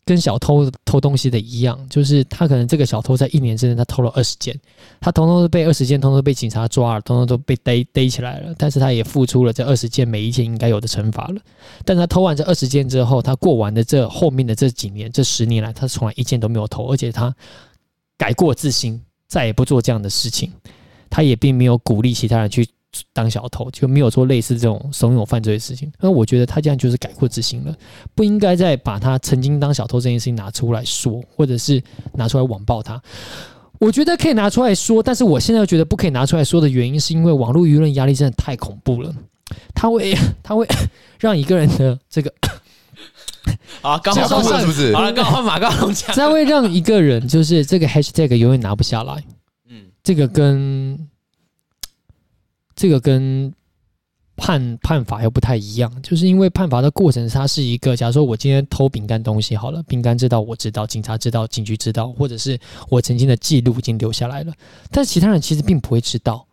B: 跟小偷偷东西的一样，就是他可能这个小偷在一年之内他偷了二十件，他通通都被二十件，通通都被警察抓了，通通都被逮逮起来了。但是他也付出了这二十件每一件应该有的惩罚了。但他偷完这二十件之后，他过完的这后面的这几年，这十年来，他从来一件都没有偷，而且他改过自新，再也不做这样的事情。他也并没有鼓励其他人去当小偷，就没有做类似这种怂恿犯罪的事情。那我觉得他这样就是改过自新了，不应该再把他曾经当小偷这件事情拿出来说，或者是拿出来网暴他。我觉得可以拿出来说，但是我现在觉得不可以拿出来说的原因，是因为网络舆论压力真的太恐怖了，它会 它会让一个人的这个，
C: 好，刚
A: 讲
B: 假
C: 好
A: 哭
B: 装
A: 了
B: 上
A: 是不是
C: 好？了，刚好换马高 龙讲。
B: 它会让一个人就是这个 hashtag 永远拿不下来。
C: 嗯，
B: 这个跟这个跟判判罚又不太一样，就是因为判罚的过程，它是一个，假如说我今天偷饼干东西好了，饼干知道，我知道，警察知道，警局知道，或者是我曾经的记录已经留下来了，但是其他人其实并不会知道。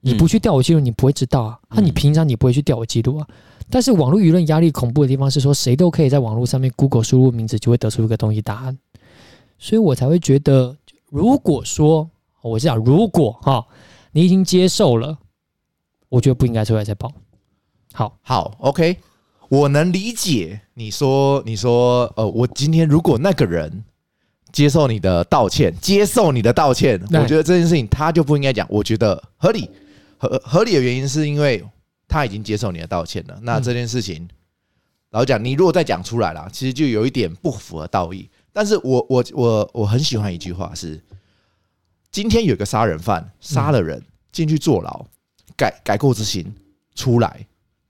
B: 你不去调我记录，你不会知道啊。那、
C: 嗯
B: 你平常你不会去调我记录啊。但是网络舆论压力恐怖的地方是说，谁都可以在网络上面 Google 输入名字就会得出一个东西答案，所以我才会觉得，如果说哦我是讲，如果哈、你已经接受了，我觉得不应该出来再报。好，
A: 好，OK，我能理解你说，你说，呃，我今天如果那个人接受你的道歉，接受你的道歉，
B: 对
A: 我觉得这件事情他就不应该讲，我觉得合理，合合理的原因是因为他已经接受你的道歉了，那
B: 嗯
A: 这件事情，老实讲，你如果再讲出来啦，其实就有一点不符合道义。但是我我我我很喜欢一句话是，今天有个杀人犯杀了
B: 嗯
A: 人进去坐牢，改改过自新出来，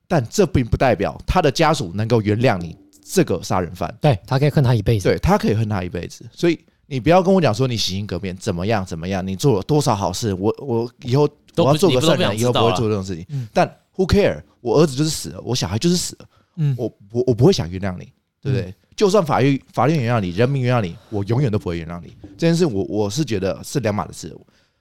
A: 但这并不代表他的家属能够原谅你这个杀人犯，
B: 对他可以恨他一辈子。
A: 对他可以恨他一辈子。所以你不要跟我讲说你洗心革面怎么样怎么样，你做了多少好事，我我以后
C: 都
A: 我
C: 不
A: 要做
C: 你
A: 个
C: 不都
A: 善
C: 不想
A: 人，以后不
C: 知道啊
A: 会
C: 了
A: 做这种事情
B: 嗯。
A: 但 who care？我儿子就是死了，我小孩就是死了，
B: 嗯
A: 我我我不会想原谅你，对不对？就算法律法律原谅你，人民原谅你，我永远都不会原谅你。这件事我我是觉得是两码的事。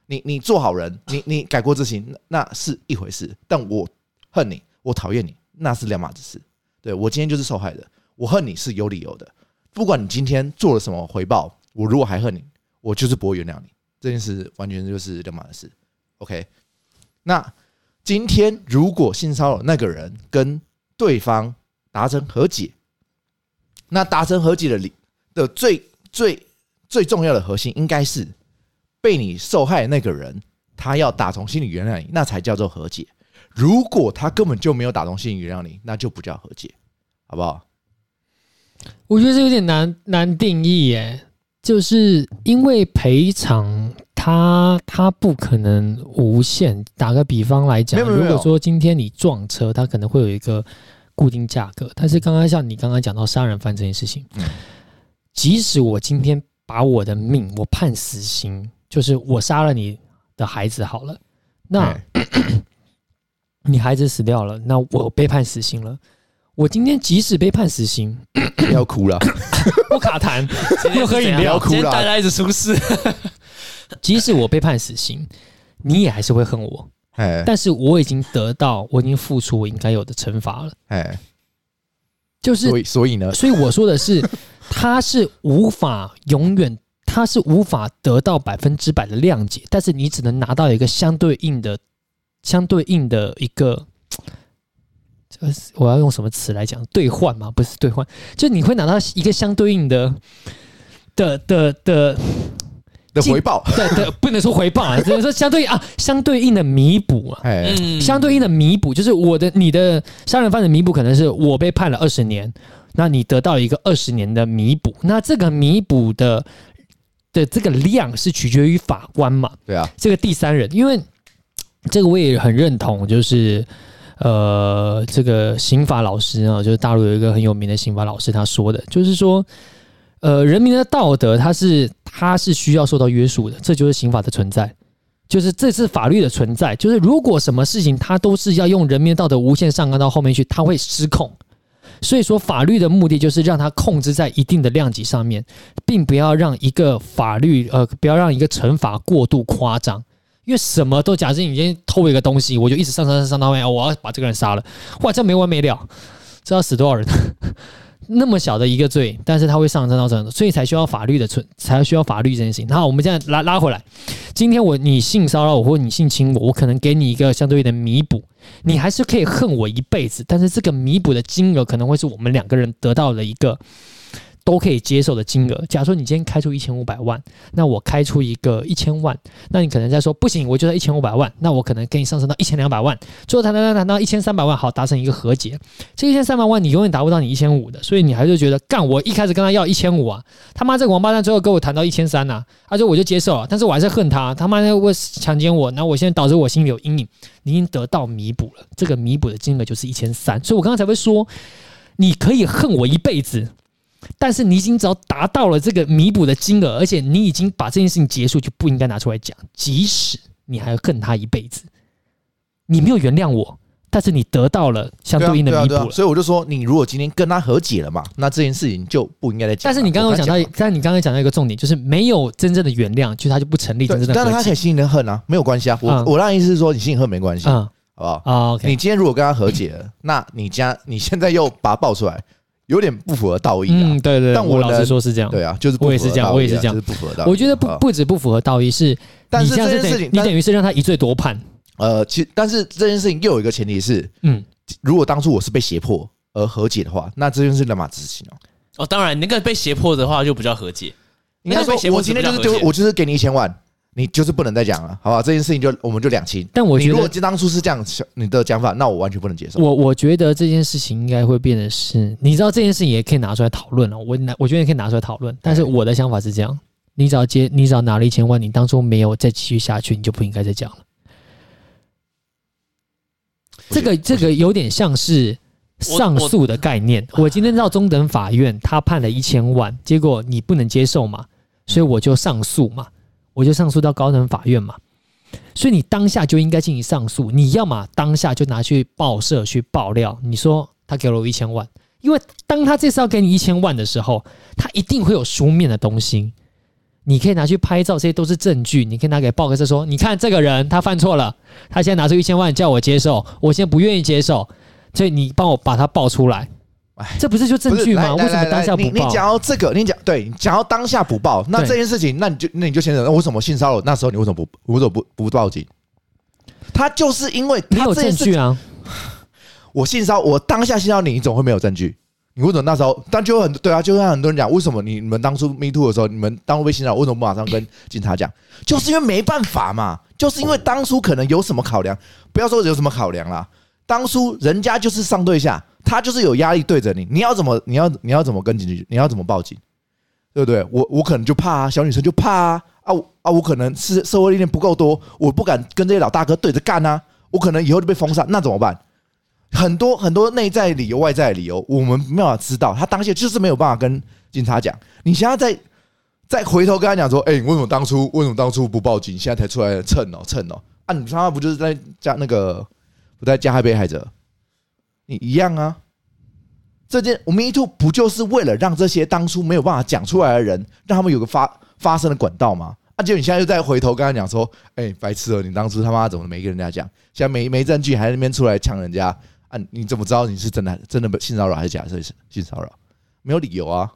A: 你你做好人，你你改过自新，那那是一回事。但我恨你，我讨厌你，那是两码子事。对我今天就是受害人，我恨你是有理由的。不管你今天做了什么回报，我如果还恨你，我就是不会原谅你。这件事完全就是两码的事。OK，那今天如果性骚扰那个人跟对方达成和解，那达成和解的理的最最最重要的核心，应该是被你受害的那个人，他要打从心里原谅你，那才叫做和解。如果他根本就没有打从心里原谅你，那就不叫和解，好不好？
B: 我觉得这有点难难定义耶，就是因为赔偿它它不可能无限。打个比方来讲，
A: 没有没有没有
B: 如果说今天你撞车，它可能会有一个固定价格，但是刚刚像你刚刚讲到杀人犯这件事情，
A: 嗯
B: 即使我今天把我的命，我判死刑，就是我杀了你的孩子好了，那。
A: 哎
B: 你孩子死掉了，那我被判死刑了。我今天即使被判死 刑，
A: 不要哭 了，
B: 我卡痰，又喝饮
A: 不要
B: 料。
A: 哭
C: 今天大
A: 了，
C: 家一直出事，
B: 即使我被判死刑，你也还是会恨我。
A: 哎
B: 但是我已经得到，我已经付出我应该有的惩罚了。
A: 哎，
B: 就是
A: 所，以所以呢，
B: 所以我说的是，他是无法永远，他是无法得到百分之百的谅解，但是你只能拿到一个相对应的、相对应的一个。这是我要用什么词来讲？兑换吗？不是兑换，就你会拿到一个相对应的的的的
A: 的
B: 进
A: 回报，
B: 对对， 不能说回报啊，只能说相对啊，相对应的弥补啊，
A: 哎，
C: 嗯
B: 相对应的弥补就是我的你的杀人犯的弥补可能是我被判了二十年，那你得到一个二十年的弥补，那这个弥补的的这个量是取决于法官嘛，
A: 对啊，
B: 这个第三人，因为这个我也很认同，就是呃，这个刑法老师啊，就是大陆有一个很有名的刑法老师，他说的，就是说，呃，人民的道德，它是它是需要受到约束的，这就是刑法的存在。就是这是法律的存在，就是如果什么事情它都是要用人民的道德无限上纲到后面去，它会失控。所以说，法律的目的就是让它控制在一定的量级上面，并不要让一个法律呃，不要让一个惩罚过度夸张。因为什么都假设你今天偷了一个东西，我就一直上上上上到外面，哦我要把这个人杀了，哇，这样没完没了，这要死多少人？ 那么小的一个罪，但是他会上升到这样，所以才需要法律的存，才需要法律这件事情。那我们现在拉拉回来，今天我你性骚扰我或你性侵我，我可能给你一个相对应的弥补，你还是可以恨我一辈子，但是这个弥补的金额可能会是我们两个人得到的一个都可以接受的金额。假如说你今天开出一千五百万，那我开出一个一千万，那你可能在说不行，我就要一千五百万，那我可能给你上升到一千两百万，最后谈谈谈谈到一千三百万，好达成一个和解。这一千三百万你永远达不到你一千五的，所以你还是觉得干我一开始跟他要一千五啊，他妈这个王八蛋最后跟我谈到一千三呐，他说我就接受了，但是我还是恨他，他妈的会强奸我，那我现在导致我心里有阴影，你已经得到弥补了，这个弥补的金额就是一千三，所以我刚刚才会说，你可以恨我一辈子。但是你已经只要达到了这个弥补的金额，而且你已经把这件事情结束，就不应该拿出来讲。即使你还恨他一辈子，你没有原谅我，但是你得到了相
A: 对啊
B: 对应的
A: 对啊
B: 弥补
A: 对啊
B: 了。
A: 所以我就说，你如果今天跟他和解了嘛，那这件事情就不应该再讲
B: 但
A: 了。
B: 是你刚刚
A: 我
B: 有讲到，但你刚刚讲到一个重点，就是没有真正的原谅，就是他就不成立真
A: 对，
B: 正
A: 当
B: 的
A: 然他
B: 和
A: 可以
B: 解。
A: 心里恨啊，没有关系啊。我、
B: 嗯
A: 我那意思是说，你心里恨没关系，
B: 嗯
A: 好不好？
B: 啊，OK，
A: 你今天如果跟他和解了，那你家你现在又把他爆出来，有点不符合道义啊。
B: 嗯，对对，对
A: 但我
B: 我老
A: 能
B: 实说是这样。
A: 对啊，就是不
B: 我也是
A: 符合
B: 这样
A: 道义啊
B: 我也是这样
A: 就是不符合道义。
B: 我觉得不
A: 好好
B: 不止不符合道义，是
A: 但
B: 你
A: 是
B: 这样
A: 这
B: 是
A: 件
B: 等
A: 事
B: 于
A: 情，
B: 你
A: 但
B: 等于是让他一罪多判。
A: 呃，其实但是这件事情又有一个前提是，
B: 嗯，
A: 如果当初我是被胁迫而和解的话，那这件事干嘛执行哦？
C: 哦，当然，那个被胁迫的话就比较和解。
A: 应该
C: 那
A: 说
C: 被胁，迫
A: 我今天就是
C: 是不是
A: 丢
C: 要和，解
A: 我就是给你一千万，你就是不能再讲了，好吧？这件事情就我们就两清。
B: 但我
A: 你
B: 觉
A: 如果
B: 得，
A: 当初是这样想你的讲法，那我完全不能接受。
B: 我我觉得这件事情应该会变得是，你知道这件事情也可以拿出来讨论啊了。我拿，我觉得也可以拿出来讨论。但是我的想法是这样：你只要接，你只要拿了一千万，你当初没有再继续下去，你就不应该再讲了。这
A: 我觉得
B: 个这个有点像是上诉的概念。我今天到中等法院，他判了一千万，结果你不能接受嘛，所以我就上诉嘛，我就上诉到高等法院嘛。所以你当下就应该进行上诉，你要么当下就拿去报社去爆料，你说他给了我一千万，因为当他这次要给你一千万的时候，他一定会有书面的东西，你可以拿去拍照，这些都是证据，你可以拿给报社说，你看这个人他犯错了，他现在拿出一千万叫我接受，我现在不愿意接受，所以你帮我把他报出来
A: 哎，
B: 这不是就证
A: 不是
B: 据吗？
A: 来
B: 为
A: 来
B: 什么
A: 来
B: 当下
A: 来
B: 不
A: 你你
B: 报
A: 讲？到这个，你讲对，你讲到当下不报，那
B: 对
A: 这件事情，那你就那你就先讲，那为什么性骚扰那时候你为什么不为什么不不报警？他就是因为
B: 没
A: 他
B: 有
A: 这件
B: 证
A: 事
B: 据啊，
A: 我性骚扰我当下性骚扰你，你总会没有证据，你为什么那时候？但就有很对啊，就像很多人讲，为什么你你们当初 Me Too 的时候，你们当初被性骚扰，为什么不马上跟警察讲？就是因为没办法嘛，就是因为当初可能有什么考量，不要说有什么考量啦，当初人家就是上对下，他就是有压力对着你，你要怎么，你要你要怎么跟警局，你要怎么报警，对不对？我我可能就怕啊，小女生就怕啊啊我啊！我可能是社会历练不够多，我不敢跟这些老大哥对着干啊，我可能以后就被封杀，那怎么办？很多很多内在理由、外在理由，我们没有办法知道。他当下就是没有办法跟警察讲。你现在再再回头跟他讲说：“哎、你为什么当初为什么当初不报警？现在才出来蹭哦蹭哦！”啊，你他妈不就是在加那个不在加害被害者？你一样啊。这件我们 Me Too 不就是为了让这些当初没有办法讲出来的人，让他们有个发发声的管道吗？啊，结果你现在又再回头跟他讲说：“哎、白痴哦，你当初他妈怎么没跟人家讲？现在没没证据，还在那边出来呛人家。”啊，你怎么知道你是真的真的被性骚扰还是假设性骚扰？没有理由啊，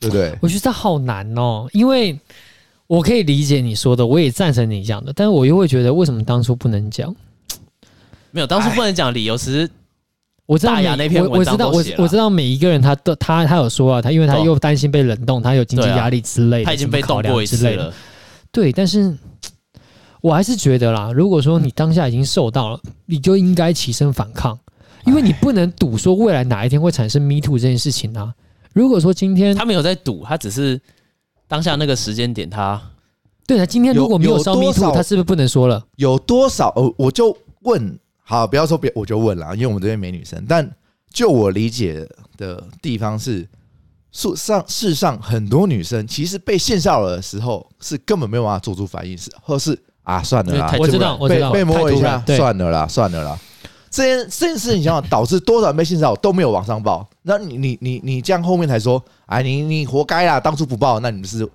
A: 对不对？
B: 我觉得这好难哦，因为我可以理解你说的，我也赞成你讲的，但是我又会觉得为什么当初不能讲？
C: 没有，当初不能讲理由，其实
B: 我知道
C: 大
B: 每
C: 雅那篇
B: 我我
C: 文章
B: 知道
C: 都
B: 我
C: 写了
B: 我知道每一个人他都他他有说啊，他因为他
C: 对啊啊
B: 又担心被冷冻，他有经济压力之类的，
C: 他已经被
B: 什么考
C: 动
B: 量
C: 过一
B: 之
C: 次
B: 类的。
C: 了。
B: 对，但是我还是觉得啦，如果说你当下已经受到了，你就应该起身反抗，因为你不能赌说未来哪一天会产生 Me Too 这件事情啊。如果说今天
C: 他没有在赌，他只是当下那个时间点，他
B: 对啊，今天如果没
A: 有
B: 烧
A: 有
B: Me
A: 多
B: Too，
A: 少
B: 他是不是不能说
C: 啊
B: 了？
A: 有多少？呃，我就问，好，不要说别，我就问了，因为我们这边没女生。但就我理解的地方是，世上世上很多女生其实被性骚扰的时候是根本没有办法做出反应，是或是啊，算了
C: 因为
A: 啦
C: 太，
B: 我知
C: 突然
B: 道，我知
A: 被
B: 道，
A: 被摸一
B: 太突
A: 下
B: 然，对，
A: 算了啦，算了啦。这件这件事情，想想导致多少人被性骚扰都没有往上报，那你你你你这样后面才说，哎，你你活该啦，当初不报，那你们是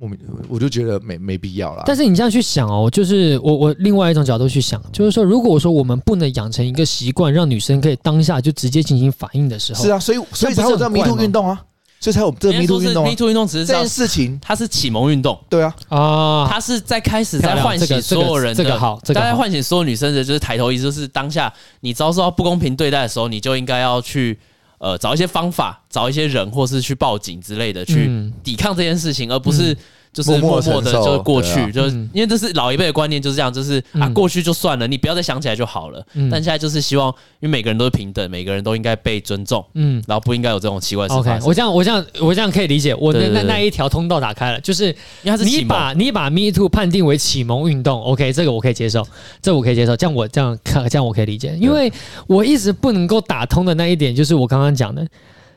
A: 莫名，我就觉得没没必要啦。
B: 但
A: 是
B: 是你这样去想哦，就是我我另外一种角度去想，就是说，如果说我们不能养成一个习惯，让女生可以当下就直接进行反应的时候，
A: 是啊，所以所以才有这迷
B: 这样不是很怪
A: 途
B: 吗
A: 运动啊，所以才有这迷
C: 因为
A: 途
C: 说
A: 运
C: 是
A: 动啊
C: Me，Too 运动，只是
A: 这件
C: 这
A: 事 情
C: 他是启蒙运动，
A: 对啊，
B: 啊，
C: 他是在开始
B: 漂
C: 在
B: 亮
C: 唤
B: 这
C: 醒
B: 个
C: 所有人
B: 这个这
C: 的
B: 个好，这个
C: 大家
B: 好
C: 唤醒所有女生的就是抬头意思，就是当下你遭受到不公平对待的时候，你就应该要去呃找一些方法，找一些人，或是去报警之类的，去
B: 嗯
C: 抵抗这件事情，而不是就是默
A: 默默
C: 默的
A: 承受
C: 就过去，
A: 对啊
C: 就是
B: 嗯
C: 因为这是老一辈的观念就是这样，就是啊
B: 嗯
C: 过去就算了，你不要再想起来就好了。
B: 嗯
C: 但现在就是希望，因为每个人都是平等，每个人都应该被尊重，
B: 嗯。
C: 然后不应该有这种奇怪的事
B: OK，
C: 发生
B: 我。这样，我这样，我这样可以理解。我那
C: 对对
B: 那
C: 对
B: 那一条通道打开了，就是
C: 因为他是
B: 你
C: 启蒙
B: 把你把 Me Too 判定为启蒙运动，OK，这个我可以接受，这我可以接受。这样我这样看，这样我可以理解，因为我一直不能够打通的那一点就是我刚刚讲的，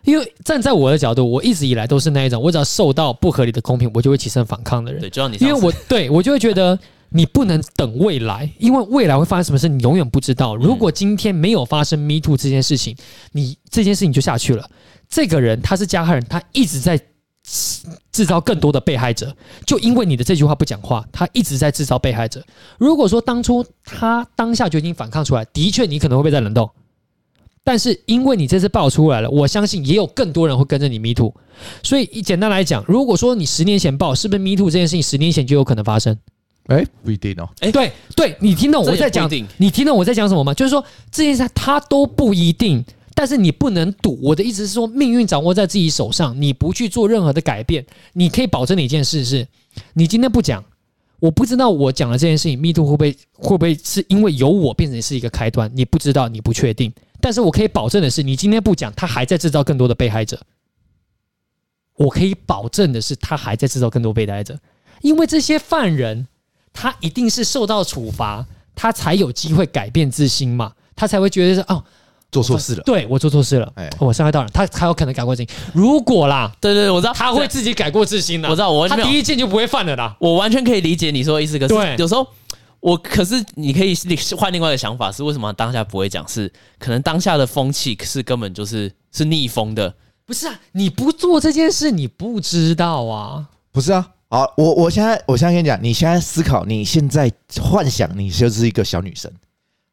B: 因为站在我的角度，我一直以来都是那一种，我只要受到不合理的公平，我就会起身反抗的人
C: 对，，就像你上
B: 因
C: 次
B: 为我对我就会觉得。你不能等未来，因为未来会发生什么事，你永远不知道。如果今天没有发生 Me Too 这件事情，你这件事情就下去了。这个人他是加害人，他一直在制造更多的被害者，就因为你的这句话不讲话，他一直在制造被害者。如果说当初他当下就已经反抗出来，的确你可能会被在冷冻，但是因为你这次爆出来了，我相信也有更多人会跟着你 me too。所以简单来讲，如果说你十年前爆，是不是 me too 这件事情十年前就有可能发生？
A: 哎，不一定哦，
C: 哎
B: 对对，你听懂
C: 这
B: 我
C: 也
B: 在
C: 不
B: 讲
C: 一定
B: 你听懂我在讲什么吗？就是说这件事它都不一定，但是你不能赌。我的意思是说，命运掌握在自己手上，你不去做任何的改变，你可以保证的一件事是，你今天不讲，我不知道我讲了这件事情密度会不会会不会是因为有我变成是一个开端，你不知道，你不确定。但是我可以保证的是，你今天不讲，他还在制造更多的被害者。我可以保证的是，他还在制造更多被害者，因为这些犯人他一定是受到处罚，他才有机会改变自新嘛，他才会觉得是哦，
A: 做错事了，
B: 对我做错事了，哦
A: 哎
B: 我伤害到人，他才有可能改过自新。如果啦，
C: 对对，对我知道
B: 他会自己改过自新
C: 我
B: 啦，
C: 知道，我
B: 他
C: 没有
B: 第一件就不会犯了啦。
C: 我完全可以理解你说的意思，可
B: 对
C: 是有时候我可是你可以换另外一个想法，是为什么当下不会讲？是可能当下的风气是根本就是是逆风的，
B: 不是啊，你不做这件事，你不知道啊。
A: 不是啊。好，我我现在我现在跟你讲，你现在思考，你现在幻想你就是一个小女生，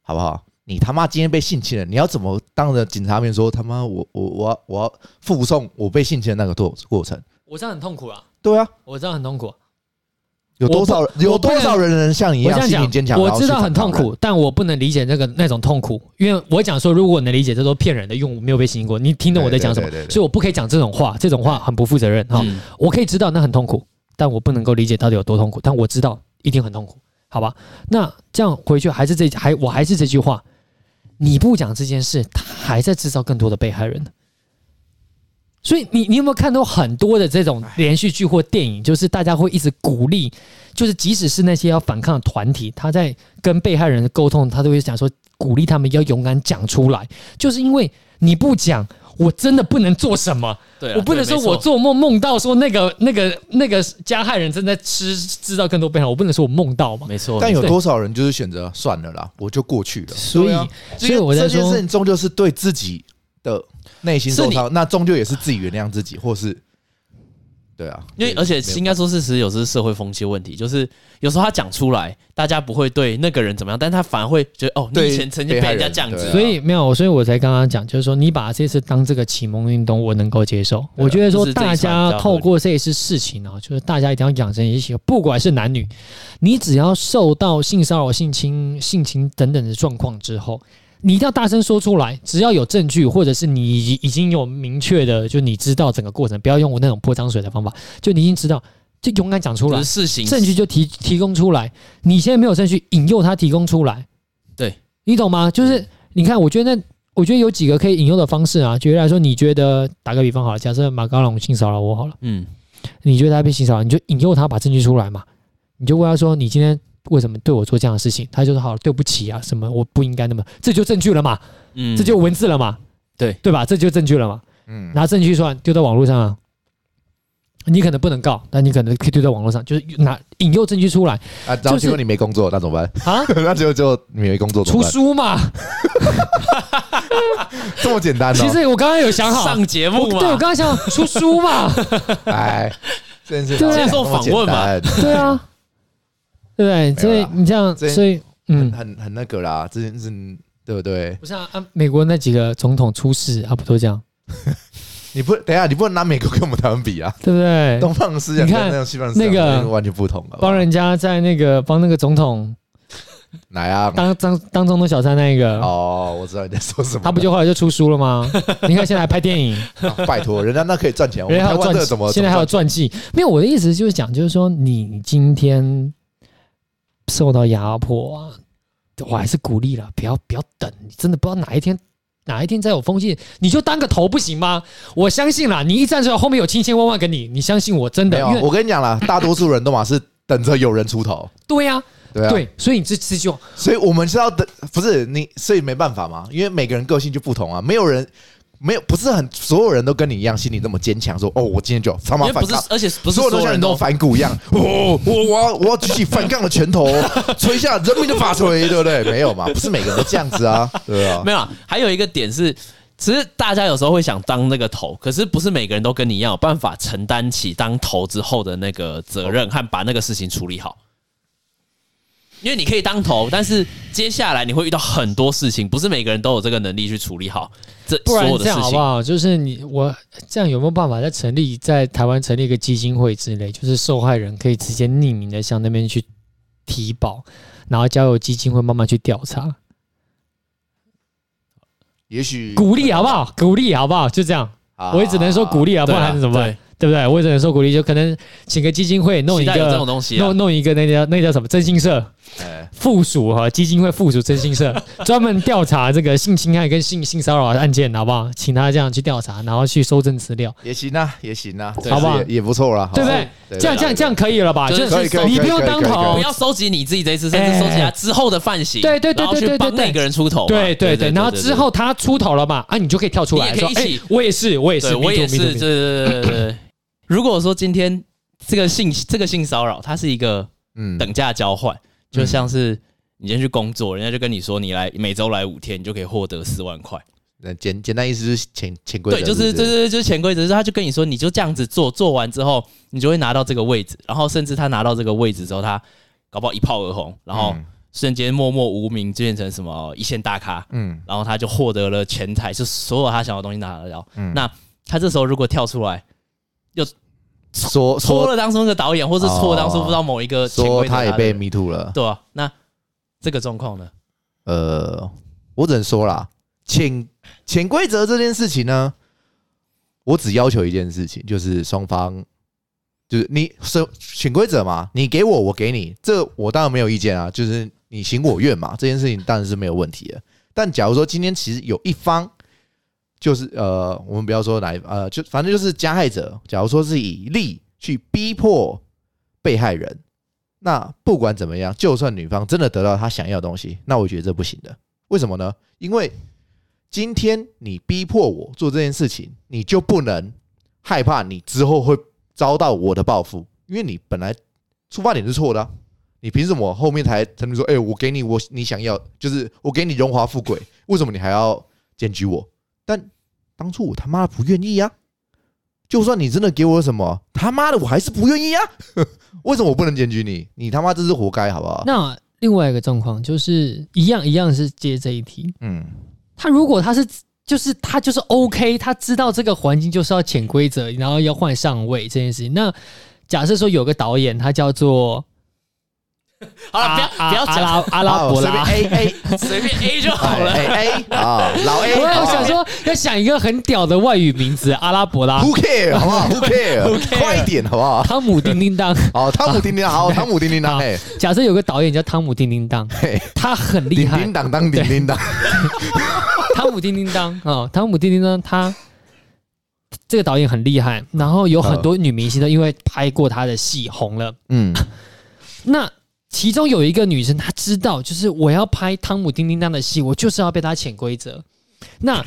A: 好不好？你他妈今天被性侵了，你要怎么当着警察面说他妈我我我要我要附送我被性侵的那个过过程？
B: 我这样很痛苦啊，
A: 对啊，
B: 我这样很痛苦。
A: 有多少有
B: 不能
A: 多少人能像你一
B: 我这
A: 样
B: 样
A: 心灵坚强？
B: 讲，我
A: 然后
B: 知
A: 去
B: 道很
A: 反
B: 痛
A: 抗人
B: 苦，但我不能理解那个那种痛苦，因为我讲说，如果我能理解，这都骗人的，因为我没有被吸引过。你听懂我在讲什么
A: 对对对对？对
B: 所以我不可以讲这种话，这种话很不负责任哈。
C: 嗯
B: 我可以知道那很痛苦，但我不能够理解到底有多痛苦，但我知道一定很痛苦，好吧？那这样回去还是这还我还是这句话，你不讲这件事，他还在制造更多的被害人。所以你你有没有看到很多的这种连续剧或电影，就是大家会一直鼓励，就是即使是那些要反抗的团体，他在跟被害人的沟通，他都会讲说鼓励他们要勇敢讲出来，就是因为你不讲，我真的不能做什么。
C: 对啊，
B: 我不能
C: 对
B: 说
C: 没错
B: 我做梦梦到说那个那个那个加害人正在吃制造更多被害，我不能说我梦到嘛。
C: 没错，
A: 但有
B: 对
A: 多少人就是选择算了啦，我就过去了。
B: 所以
A: 对啊
B: 所以我在
A: 这件
B: 说
A: 事情终究是对自己的内心
C: 是
A: 受
C: 你
A: 伤，那终究也是自己原谅自己，或是对啊，
C: 因为而且应该说是，其实有时候是社会风气问题，就是有时候他讲出来，大家不会对那个人怎么样，但他反而会觉得哦，你
A: 对
C: 以前曾经被人家这样
A: 被害人对啊，
C: 子
B: 所以没有，所以我才刚刚讲，就是说你把这次当这个启蒙运动，我能够接受。我觉得说
C: 啊就是这一
B: 大
C: 串比
B: 家
C: 较合理
B: 透过这一次事情啊，就是大家一定要养成一些，不管是男女，你只要受到性骚扰、性侵、性侵等等的状况之后。你一定要大声说出来，只要有证据，或者是你已已经有明确的，就你知道整个过程，不要用我那种泼脏水的方法，就你已经知道，就勇敢讲出
C: 就
B: 来
C: 是。事情
B: 证据就提提供出来。你现在没有证据，引诱他提供出来，
C: 对
B: 你懂吗？就是你看，我觉得那我觉得有几个可以引诱的方式啊。举例来说，你觉得打个比方好了，假设马高龙性骚扰我好了，
C: 嗯，
B: 你觉得他被性骚扰，你就引诱他把证据出来嘛，你就问他说你今天。为什么对我做这样的事情？他就说好，对不起啊，什么我不应该那么，这就证据了嘛，
C: 嗯
B: 这就文字了嘛，
C: 对
B: 对吧？这就证据了嘛，
A: 嗯，
B: 拿证据出来丢到网络上啊。你可能不能告，但你可能可以丢到网络上，就是拿引诱证据出来，
A: 啊，然后
B: 就是
A: 结果你没工作，那怎么办？
B: 啊，
A: 那结果结果你没工作怎么办？
B: 出书嘛。
A: 这么简单
B: 其
A: 哦？
B: 实我刚刚有想好，
C: 上节
B: 我
C: 目
B: 对我
C: 嘛
B: 刚，刚想好出书嘛，
A: 哎，真是
B: 对啊
C: 接受访问嘛
B: 对啊，对不对？所
A: 没有
B: 以
A: 啦
B: 你这样，
A: 这
B: 所以
A: 很
B: 嗯，
A: 很很那个啦，这件事对不对？
B: 不是啊，啊美国那几个总统出事啊，不都这样，
A: 你不等一下，你不能拿美国跟我们台湾比啊，
B: 对不对？
A: 东方思想
B: 你
A: 跟
B: 看
A: 那种西方思想
B: 那个
A: 完全完全不同了吧。
B: 帮人家在那个帮那个总统
A: 来啊！
B: 当当当总统小三那个，
A: 哦，我知道你在说什么了。
B: 他不就后来就出书了吗？你看现在还拍电影，
A: 啊拜托，人家那可以赚钱，我
B: 人
A: 们
B: 家还
A: 台
B: 有
A: 湾这个怎
B: 传，
A: 么
B: 现在还有
A: 怎么
B: 传记。没有，我的意思就是讲，就是说你你今天受到压迫啊，我还是鼓励了，不要不要等，你真的不知道哪一天。哪一天再有风气，你就当个头不行吗？我相信啦，你一站出来，后面有千千万万跟你，你相信我，真的，
A: 没有
B: 因
A: 啊，
B: 为
A: 我跟你讲 啦，大多数人都嘛是等着有人出头，
B: 对呀、
A: 对啊，
B: 对，所以你这次就
A: 所以我们是要等，不是你，所以没办法嘛，因为每个人个性就不同啊，没有人。没有，不是很所有人都跟你一样心里那么坚强，说哦，我今天就他
C: 因
A: 妈
C: 为
A: 反
C: 不是
A: 抗，，
C: 而且不是
A: 所有人
C: 所
A: 都
C: 有
A: 像
C: 人
A: 你那
C: 都
A: 种反骨一样，我我我要我要举起反抗的拳头， 捶下人民的法锤，对不对？没有嘛，不是每个人都这样子 啊，对啊，
C: 没有啊，还有一个点是，其实大家有时候会想当那个头，可是不是每个人都跟你一样有办法承担起当头之后的那个责任和把那个事情处理好。因为你可以当头，但是接下来你会遇到很多事情，不是每个人都有这个能力去处理好这
B: 不
C: 所
B: 然
C: 有的
B: 这样
C: 事
B: 好不
C: 情。
B: 好？就是你我这样有没有办法在成立在台湾成立一个基金会之类，就是受害人可以直接匿名的向那边去提报，然后交由基金会慢慢去调
C: 嗯
B: 查，
A: 也许
B: 鼓励好不好？鼓励好不好？就这样，
A: 啊
B: 我也只能说鼓励啊，不
C: 对啊
B: 然怎么办
C: 对？
B: 对不对？我也只能说鼓励，就可能请个基金会弄一
C: 期待有这
B: 个
C: 种东西、啊
B: 弄，弄一个那叫那叫什么征信社，
A: 哎
B: 附属哈基金会附属征信社 专门调查这个性侵害跟性性骚扰的案件，好不好？请他这样去调查，然后去收证资料，
A: 也行啊，也行啊，
C: 对
A: 其实
B: 好不好
A: 也也不错啦，
B: 对不
A: 好
B: 对
A: 吧？
C: 对
B: 这样
C: 对
B: 这样这样可以了吧？
C: 就
B: 就是是
A: 可以可以，
B: 你
A: 可以
B: 不用当头
A: 可以可以可
C: 哦不
A: 以
C: 要收集你自己这一次，甚至收集他之后的犯行，
B: 哦哎对对对
C: 然后
B: 对对
C: 去帮
B: 对对
C: 那个人出头嘛。
B: 对对对，然后之后他出头了嘛，啊，你就可以跳出来
C: 你也
B: 说
C: 可以，一
B: 哎
C: 起，
B: 我也是，我也是
C: 对，我
B: me too，
C: 也
B: me too，
C: 是，
B: me
C: 对
B: too
C: 对对对对。如果说今天这个性这个性骚扰，它是一个
A: 嗯
C: 等价交换，就像是你今天去工作，人家就跟你说你来每周来五天，你就可以获得四万块。
A: 那简简单意思就是潜潜规则，
C: 对，就是
A: 不
C: 对对对，就是潜规则，就是他就跟你说你就这样子做，做完之后你就会拿到这个位置，然后甚至他拿到这个位置之后，他搞不好一炮而红，然后
A: 嗯
C: 瞬间默默无名，就变成什么一线大咖。
A: 嗯
C: 然后他就获得了钱财，就所有他想要的东西拿得到。
A: 嗯
C: 那他这时候如果跳出来，又
A: 说
C: 戳
A: 说
C: 了当初那个导演，或是戳了当初
A: 哦
C: 不知道某一个潜
A: 说
C: 规则
A: 他也被
C: 的
A: me too 了，
C: 对啊，那这个状况呢？
A: 呃，我只能说啦，潜潜规则这件事情呢，我只要求一件事情，就是双方就是你是潜规则嘛，你给我，我给你，这我当然没有意见啊，就是你情我愿嘛，这件事情当然是没有问题的。但假如说今天其实有一方，就是呃，我们不要说哪一呃，就反正就是加害者，假如说是以利去逼迫被害人，那不管怎么样，就算女方真的得到她想要的东西，那我觉得这不行的。为什么呢？因为今天你逼迫我做这件事情，你就不能害怕你之后会遭到我的报复，因为你本来出发点是错的啊、你凭什么后面才才能说，哎、我给你我你想要，就是我给你荣华富贵，为什么你还要检举我？但当初我他妈不愿意啊！就算你真的给我什么，他妈的我还是不愿意啊！ 为什么我不能检举你？你他妈这是活该，好不好？
B: 那另外一个状况就是一样一样是接这一题，
A: 嗯，
B: 他如果他是就是他就是 OK，他知道这个环境就是要潜规则，然后要换上位这件事情。那假设说有个导演，他叫做
C: 好啊了，不要
B: 阿
C: 不要
B: 阿
C: 讲，哦
B: 拉阿拉伯拉。
A: 随便 A A
C: 随便 A 就好
A: 哎
C: 了。
A: 哎 A 啊，老 A，
B: 我
A: 好不
B: 我
A: 好
B: 想说啊要想一个很屌的外语名字，阿拉伯拉、
A: Who care 好不好？Who care 快一点好不好？
B: 汤姆叮叮当。
A: 好，汤姆叮叮 好，汤姆叮叮当，
B: 好
A: 哎，
B: 假设有个导演叫汤姆叮叮当
A: 嘿，
B: 他很厉
A: 叮
B: 害
A: 叮。当当叮叮当，
B: 汤姆叮叮当啊、哦，汤姆叮叮当，他这个导演很厉害，然后有很多女明星都因为拍过他的戏红了。
A: 嗯，
B: 那其中有一个女生，她知道，就是我要拍汤姆叮叮当的戏，我就是要被他潜规则。那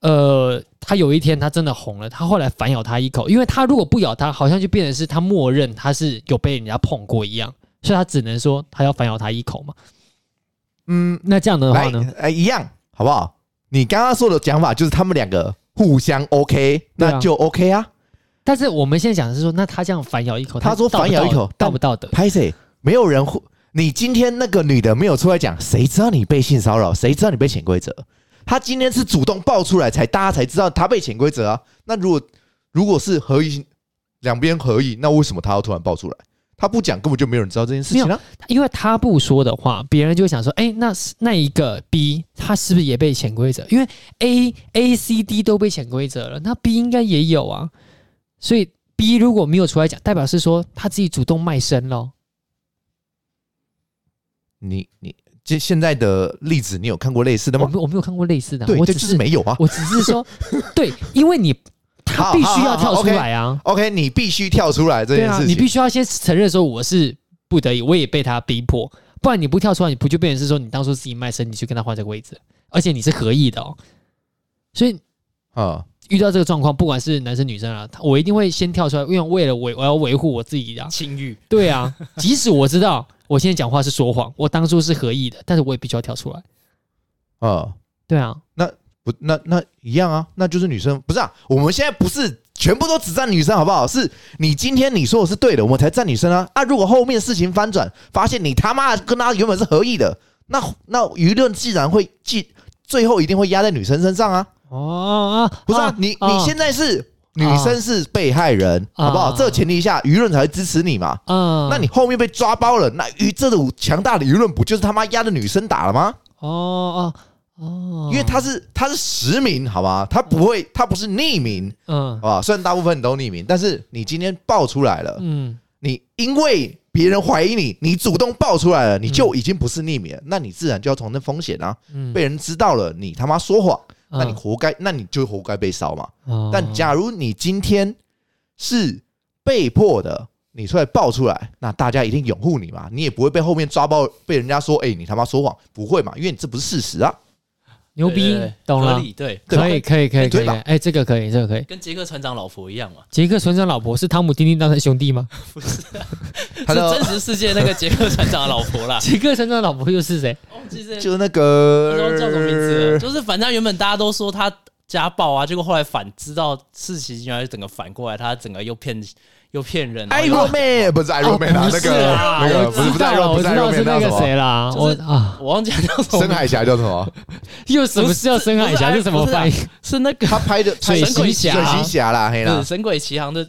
B: 呃，她有一天她真的红了，她后来反咬他一口，因为她如果不咬他，好像就变成是她默认她是有被人家碰过一样，所以她只能说她要反咬他一口嘛。嗯，那这样的话
A: 来
B: 呢？，
A: 哎，一样好不好？你刚刚说的讲法就是他们两个互相 OK，
B: 对啊
A: 那就 OK 啊。
B: 但是我们现在讲的是说，那他这样反咬一口，
A: 他说
B: 道不
A: 反咬一口
B: 道道不道德？
A: 拍谁？没有人会。你今天那个女的没有出来讲，谁知道你被性骚扰？谁知道你被潜规则？她今天是主动爆出来才，大家才知道她被潜规则啊。那如果如果是合意，两边合意，那为什么她要突然爆出来？她不讲，根本就没有人知道这件事情啊。
B: 因为他不说的话，别人就会想说，哎、那是那一个 B 他是不是也被潜规则？因为 A A C D 都被潜规则了，那 B 应该也有啊。所以 B 如果没有出来讲，代表是说他自己主动卖身咯。
A: 你你这现在的例子，你有看过类似的
B: 我
A: 吗？
B: 没我没有看过类似的啊、
A: 对，
B: 我
A: 这
B: 只
A: 就是没有啊。
B: 我只是说，对，因 为你他
A: 好
B: 必须
A: 好好
B: 要
A: 好
B: 跳出
A: OK
B: 来啊，
A: OK，你必须跳出来这
B: 对
A: 件
B: 啊
A: 事，情。
B: 你必须要先承认说我是不得已，我也被他逼迫，不然你不跳出来，你不就变成是说你当初自己卖身，你去跟他换这个位置，而且你是合意的哦，所以
A: 啊、
B: 遇到这个状况，不管是男生女生啊，我一定会先跳出来，因为为了维我要维护我自己啊。
C: 情欲，
B: 对啊，即使我知道我现在讲话是说谎，我当初是合意的，但是我也必须要跳出来。
A: 嗯、
B: 对啊，
A: 不，那那一样啊，那就是女生不是啊？我们现在不是全部都只站女生，好不好？是你今天你说我是对的，我们才站女生啊。啊，如果后面事情翻转，发现你他妈跟他原本是合意的，那那舆论既然会既最后一定会压在女生身上啊，
B: 哦啊，
A: 不是啊？你你现在是女生是被害人，
B: 啊
A: 好不好？这个前提下，舆论才会支持你嘛。
B: 啊，
A: 那你后面被抓包了，那舆这种强大的舆论不就是他妈压着女生打了吗？
B: 哦哦哦，
A: 因为他是他是实名，好吧？他不会，他不是匿名。
B: 嗯
A: 好吧？虽然大部分都匿名，但是你今天爆出来了，
B: 嗯
A: 你因为别人怀疑你，你主动爆出
C: 嗯
A: 来了，你就已经不是匿名了，那你自然就要承担风险啊！
B: 嗯，
A: 被人知道了，你他妈说谎，
B: 嗯
A: 那你活该，那你就活该被烧嘛。
B: 哦
A: 但假如你今天是被迫的，你出来爆出来，那大家一定拥护你嘛，你也不会被后面抓包，被人家说，哎、你他妈说谎，不会嘛？因为你这不是事实啊！
B: 牛逼
C: 对对对，
B: 懂
C: 合
B: 了，
C: 理对，
A: 对吧
B: 可以可以可以可
A: 对
B: 以，
A: 吧
B: 哎，这个可以，这个可以。
C: 跟杰克船长老婆一样嘛，
B: 杰克船长老婆是汤姆丁丁当的兄弟 吗？。
A: 他
C: 是
A: 的
C: 真实世界那个杰克船长的老 婆啦
B: 杰克船长老婆又是谁？
C: 哦，其实
A: 就那
C: 不知道
A: 个
C: 叫什么名字了，就是反正原本大家都说他家暴啊，结果后来反知道事情，原来整个反过来，他整个又骗又骗人。然后又
A: Iron Man 不是 Iron Man 啊，
B: 哦
A: 那
B: 不是
A: 个
B: 啦
A: 那个
B: 我
A: 不是不
B: 知
A: 是
B: 道
A: Iron
B: 了，
A: 不
B: 我
A: 是
B: 知道
A: Iron
B: 是
A: Man 叫
B: 那个
A: 什
B: 谁
A: 么？
B: 啦，
C: 就
B: 我
C: 是
B: 啊，
C: 我忘记叫什么
A: 深海侠叫什 么？
B: 又什么事要深海
C: 不是
B: 峡？
C: 不是
B: 这什么翻译？
C: 是那个
A: 他拍的
B: 水
A: 他
B: 行侠
A: 水行侠啦，黑
C: 不是
A: 啦，
C: 《神鬼奇航》的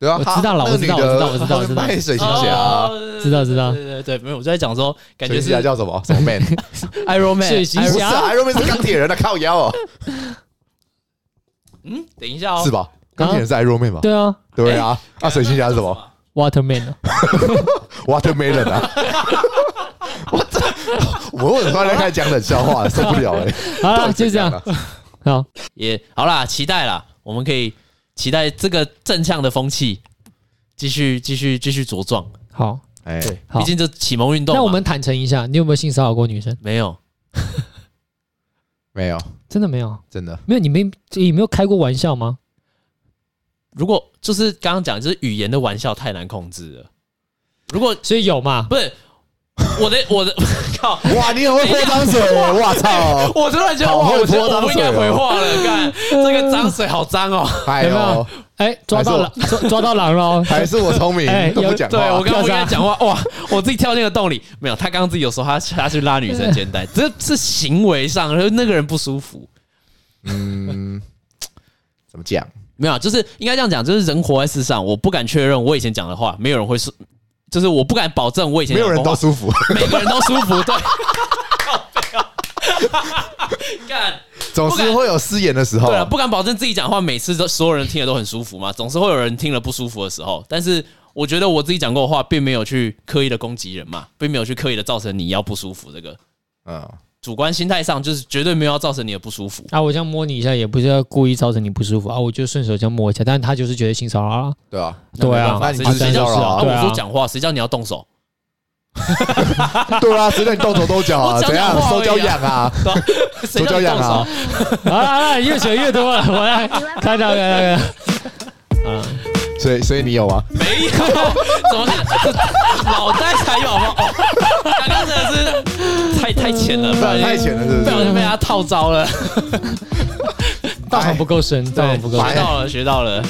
A: 对啊，
B: 我
A: 他
B: 知道了
A: 那
B: 我
A: 个
B: 知
A: 女
B: 道
A: 的
B: 我知道我知道我知道
A: 拍水行
C: 哦
A: 侠，
C: 对对对
B: 知道知道
C: 对对对，没有，我就在讲说，感觉
A: 水
C: 是
A: 行侠叫什么？什么 man？
C: Iron Man，
B: 水行
A: 不是
C: Iron-
A: 啊，Iron Man 是钢铁人的靠腰 哦，
C: 嗯，等一下哦，
A: 是
B: 啊
A: 吧？钢铁人是 Iron Man 吧？
B: 对啊
A: 对啊，啊，水行侠是什么？
B: ，Waterman 啊
A: Watermelon 啊！我这我很突然开始讲冷笑话了，受不了 哎、
B: 好
A: 欸！
B: 了，啊就这样，
A: 了，
B: 好，
C: 也好啦，期待啦，我们可以期待这个正向的风气继续继续继续茁壮。
B: 好，
A: 哎，
C: 对，
B: 好
C: 毕竟这启蒙运动嘛，
B: 那我们坦诚一下，你有没有性骚扰过女生？
C: 没有，
A: 没有，
B: 真的没有，
A: 真 的
B: 没有，你没你没有开过玩笑吗？
C: 如果就是刚刚讲，就是语言的玩笑太难控制了。如果
B: 所以有嘛？
C: 不是我的我的 靠，
A: 哇！你很会泼脏 水、欸，我操！
C: 我突然觉得
A: 好
C: 哇，
A: 会
C: 我觉得
A: 泼
C: 我
A: 脏
C: 不应该
A: 水
C: 回
A: 哦
C: 话了，看这个脏水好脏哦。
A: 哎
B: 有没
A: 呦
B: 有，哎，抓到狼，抓抓到狼喽！
A: 还是我聪明
B: 哎，
A: 都
B: 有
A: 不讲
C: 对我
A: 话。
C: 刚刚不应
B: 跳
C: 该
B: 闸
C: 讲话，哇，我自己跳进了洞里。没有，他刚刚自己有说他他去拉女生肩带，这是行为上，然后那个人不舒服。
A: 嗯，怎么讲？
C: 没有啊，就是应该这样讲，就是人活在世上，我不敢确认我以前讲的话，没有人会是，就是我不敢保啊证我以前
A: 没有人都舒
C: 说，
A: 服。
C: 每个人都舒 服，对。干
A: 总是会有失言的时候啊
C: 对。了，啊不敢保证自己讲话每次都所有人听了都很舒服嘛，总是会有人听了不舒服的时候。但是我觉得我自己讲过的话，并没有去刻意的攻击人嘛，并没有去刻意的造成你要不舒服。这个
A: 嗯，
C: 主观心态上，就是绝对没有要造成你的不舒服。
B: 啊，我这样摸你一下，也不是要故意造成你不舒服啊，我就顺手这样摸一下，但是他就是觉得性骚扰啊。
A: 对啊，
B: 对啊
A: 那
C: 谁
A: 你就性
B: 啊
C: 叫谁
A: 骚
C: 叫
A: 扰
B: 啊对
C: 我说讲话，谁叫你要动手？
A: 啊！对啊，谁叫你动手动脚啊？
C: 我讲
A: 怎
C: 讲
A: 样
C: 话
A: 手
C: 而已啊
A: 脚痒啊？
C: 谁
A: 手
C: 叫
A: 脚
C: 你
A: 痒
C: 动手
A: 啊？？
B: 好了好了，啊越扯越多了，我来开哎导开导开啊，
A: 所以所以你有吗？
C: 没有，怎么是脑袋才有吗？哦刚刚真的是太太浅了，不然
A: 啊太浅了是不
C: 不小
A: 是？
C: 心被他套招了。
B: 道行不够深，道行不够
A: 白
C: 学
B: 深。
C: 到了，学到了。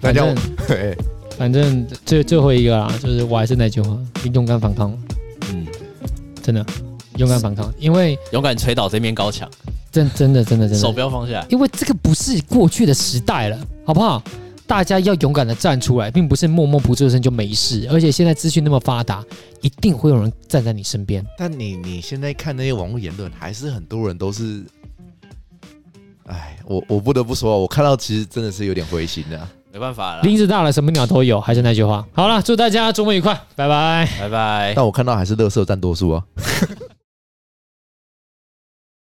A: 那叫我
B: 反
A: 对，
B: 反正最最后一个啦，就是我还是那句话，勇敢反抗，
C: 嗯，
B: 真的勇敢反抗，因为
C: 勇敢捶倒这面高墙，
B: 真真的真的真
C: 手
B: 的，
C: 不要放下来。
B: 因为这个不是过去的时代了，好不好？大家要勇敢的站出来，并不是默默不作声就没事。而且现在资讯那么发达，一定会有人站在你身边。
A: 但你你现在看那些网络言论，还是很多人都是，哎，我我不得不说，我看到其实真的是有点灰心的、啊
C: 没办法了，
B: 林子大了，什么鸟都有，还是那句话。好了，祝大家周末愉快，拜拜。
C: 拜拜。
A: 但我看到还是乐色占多数啊。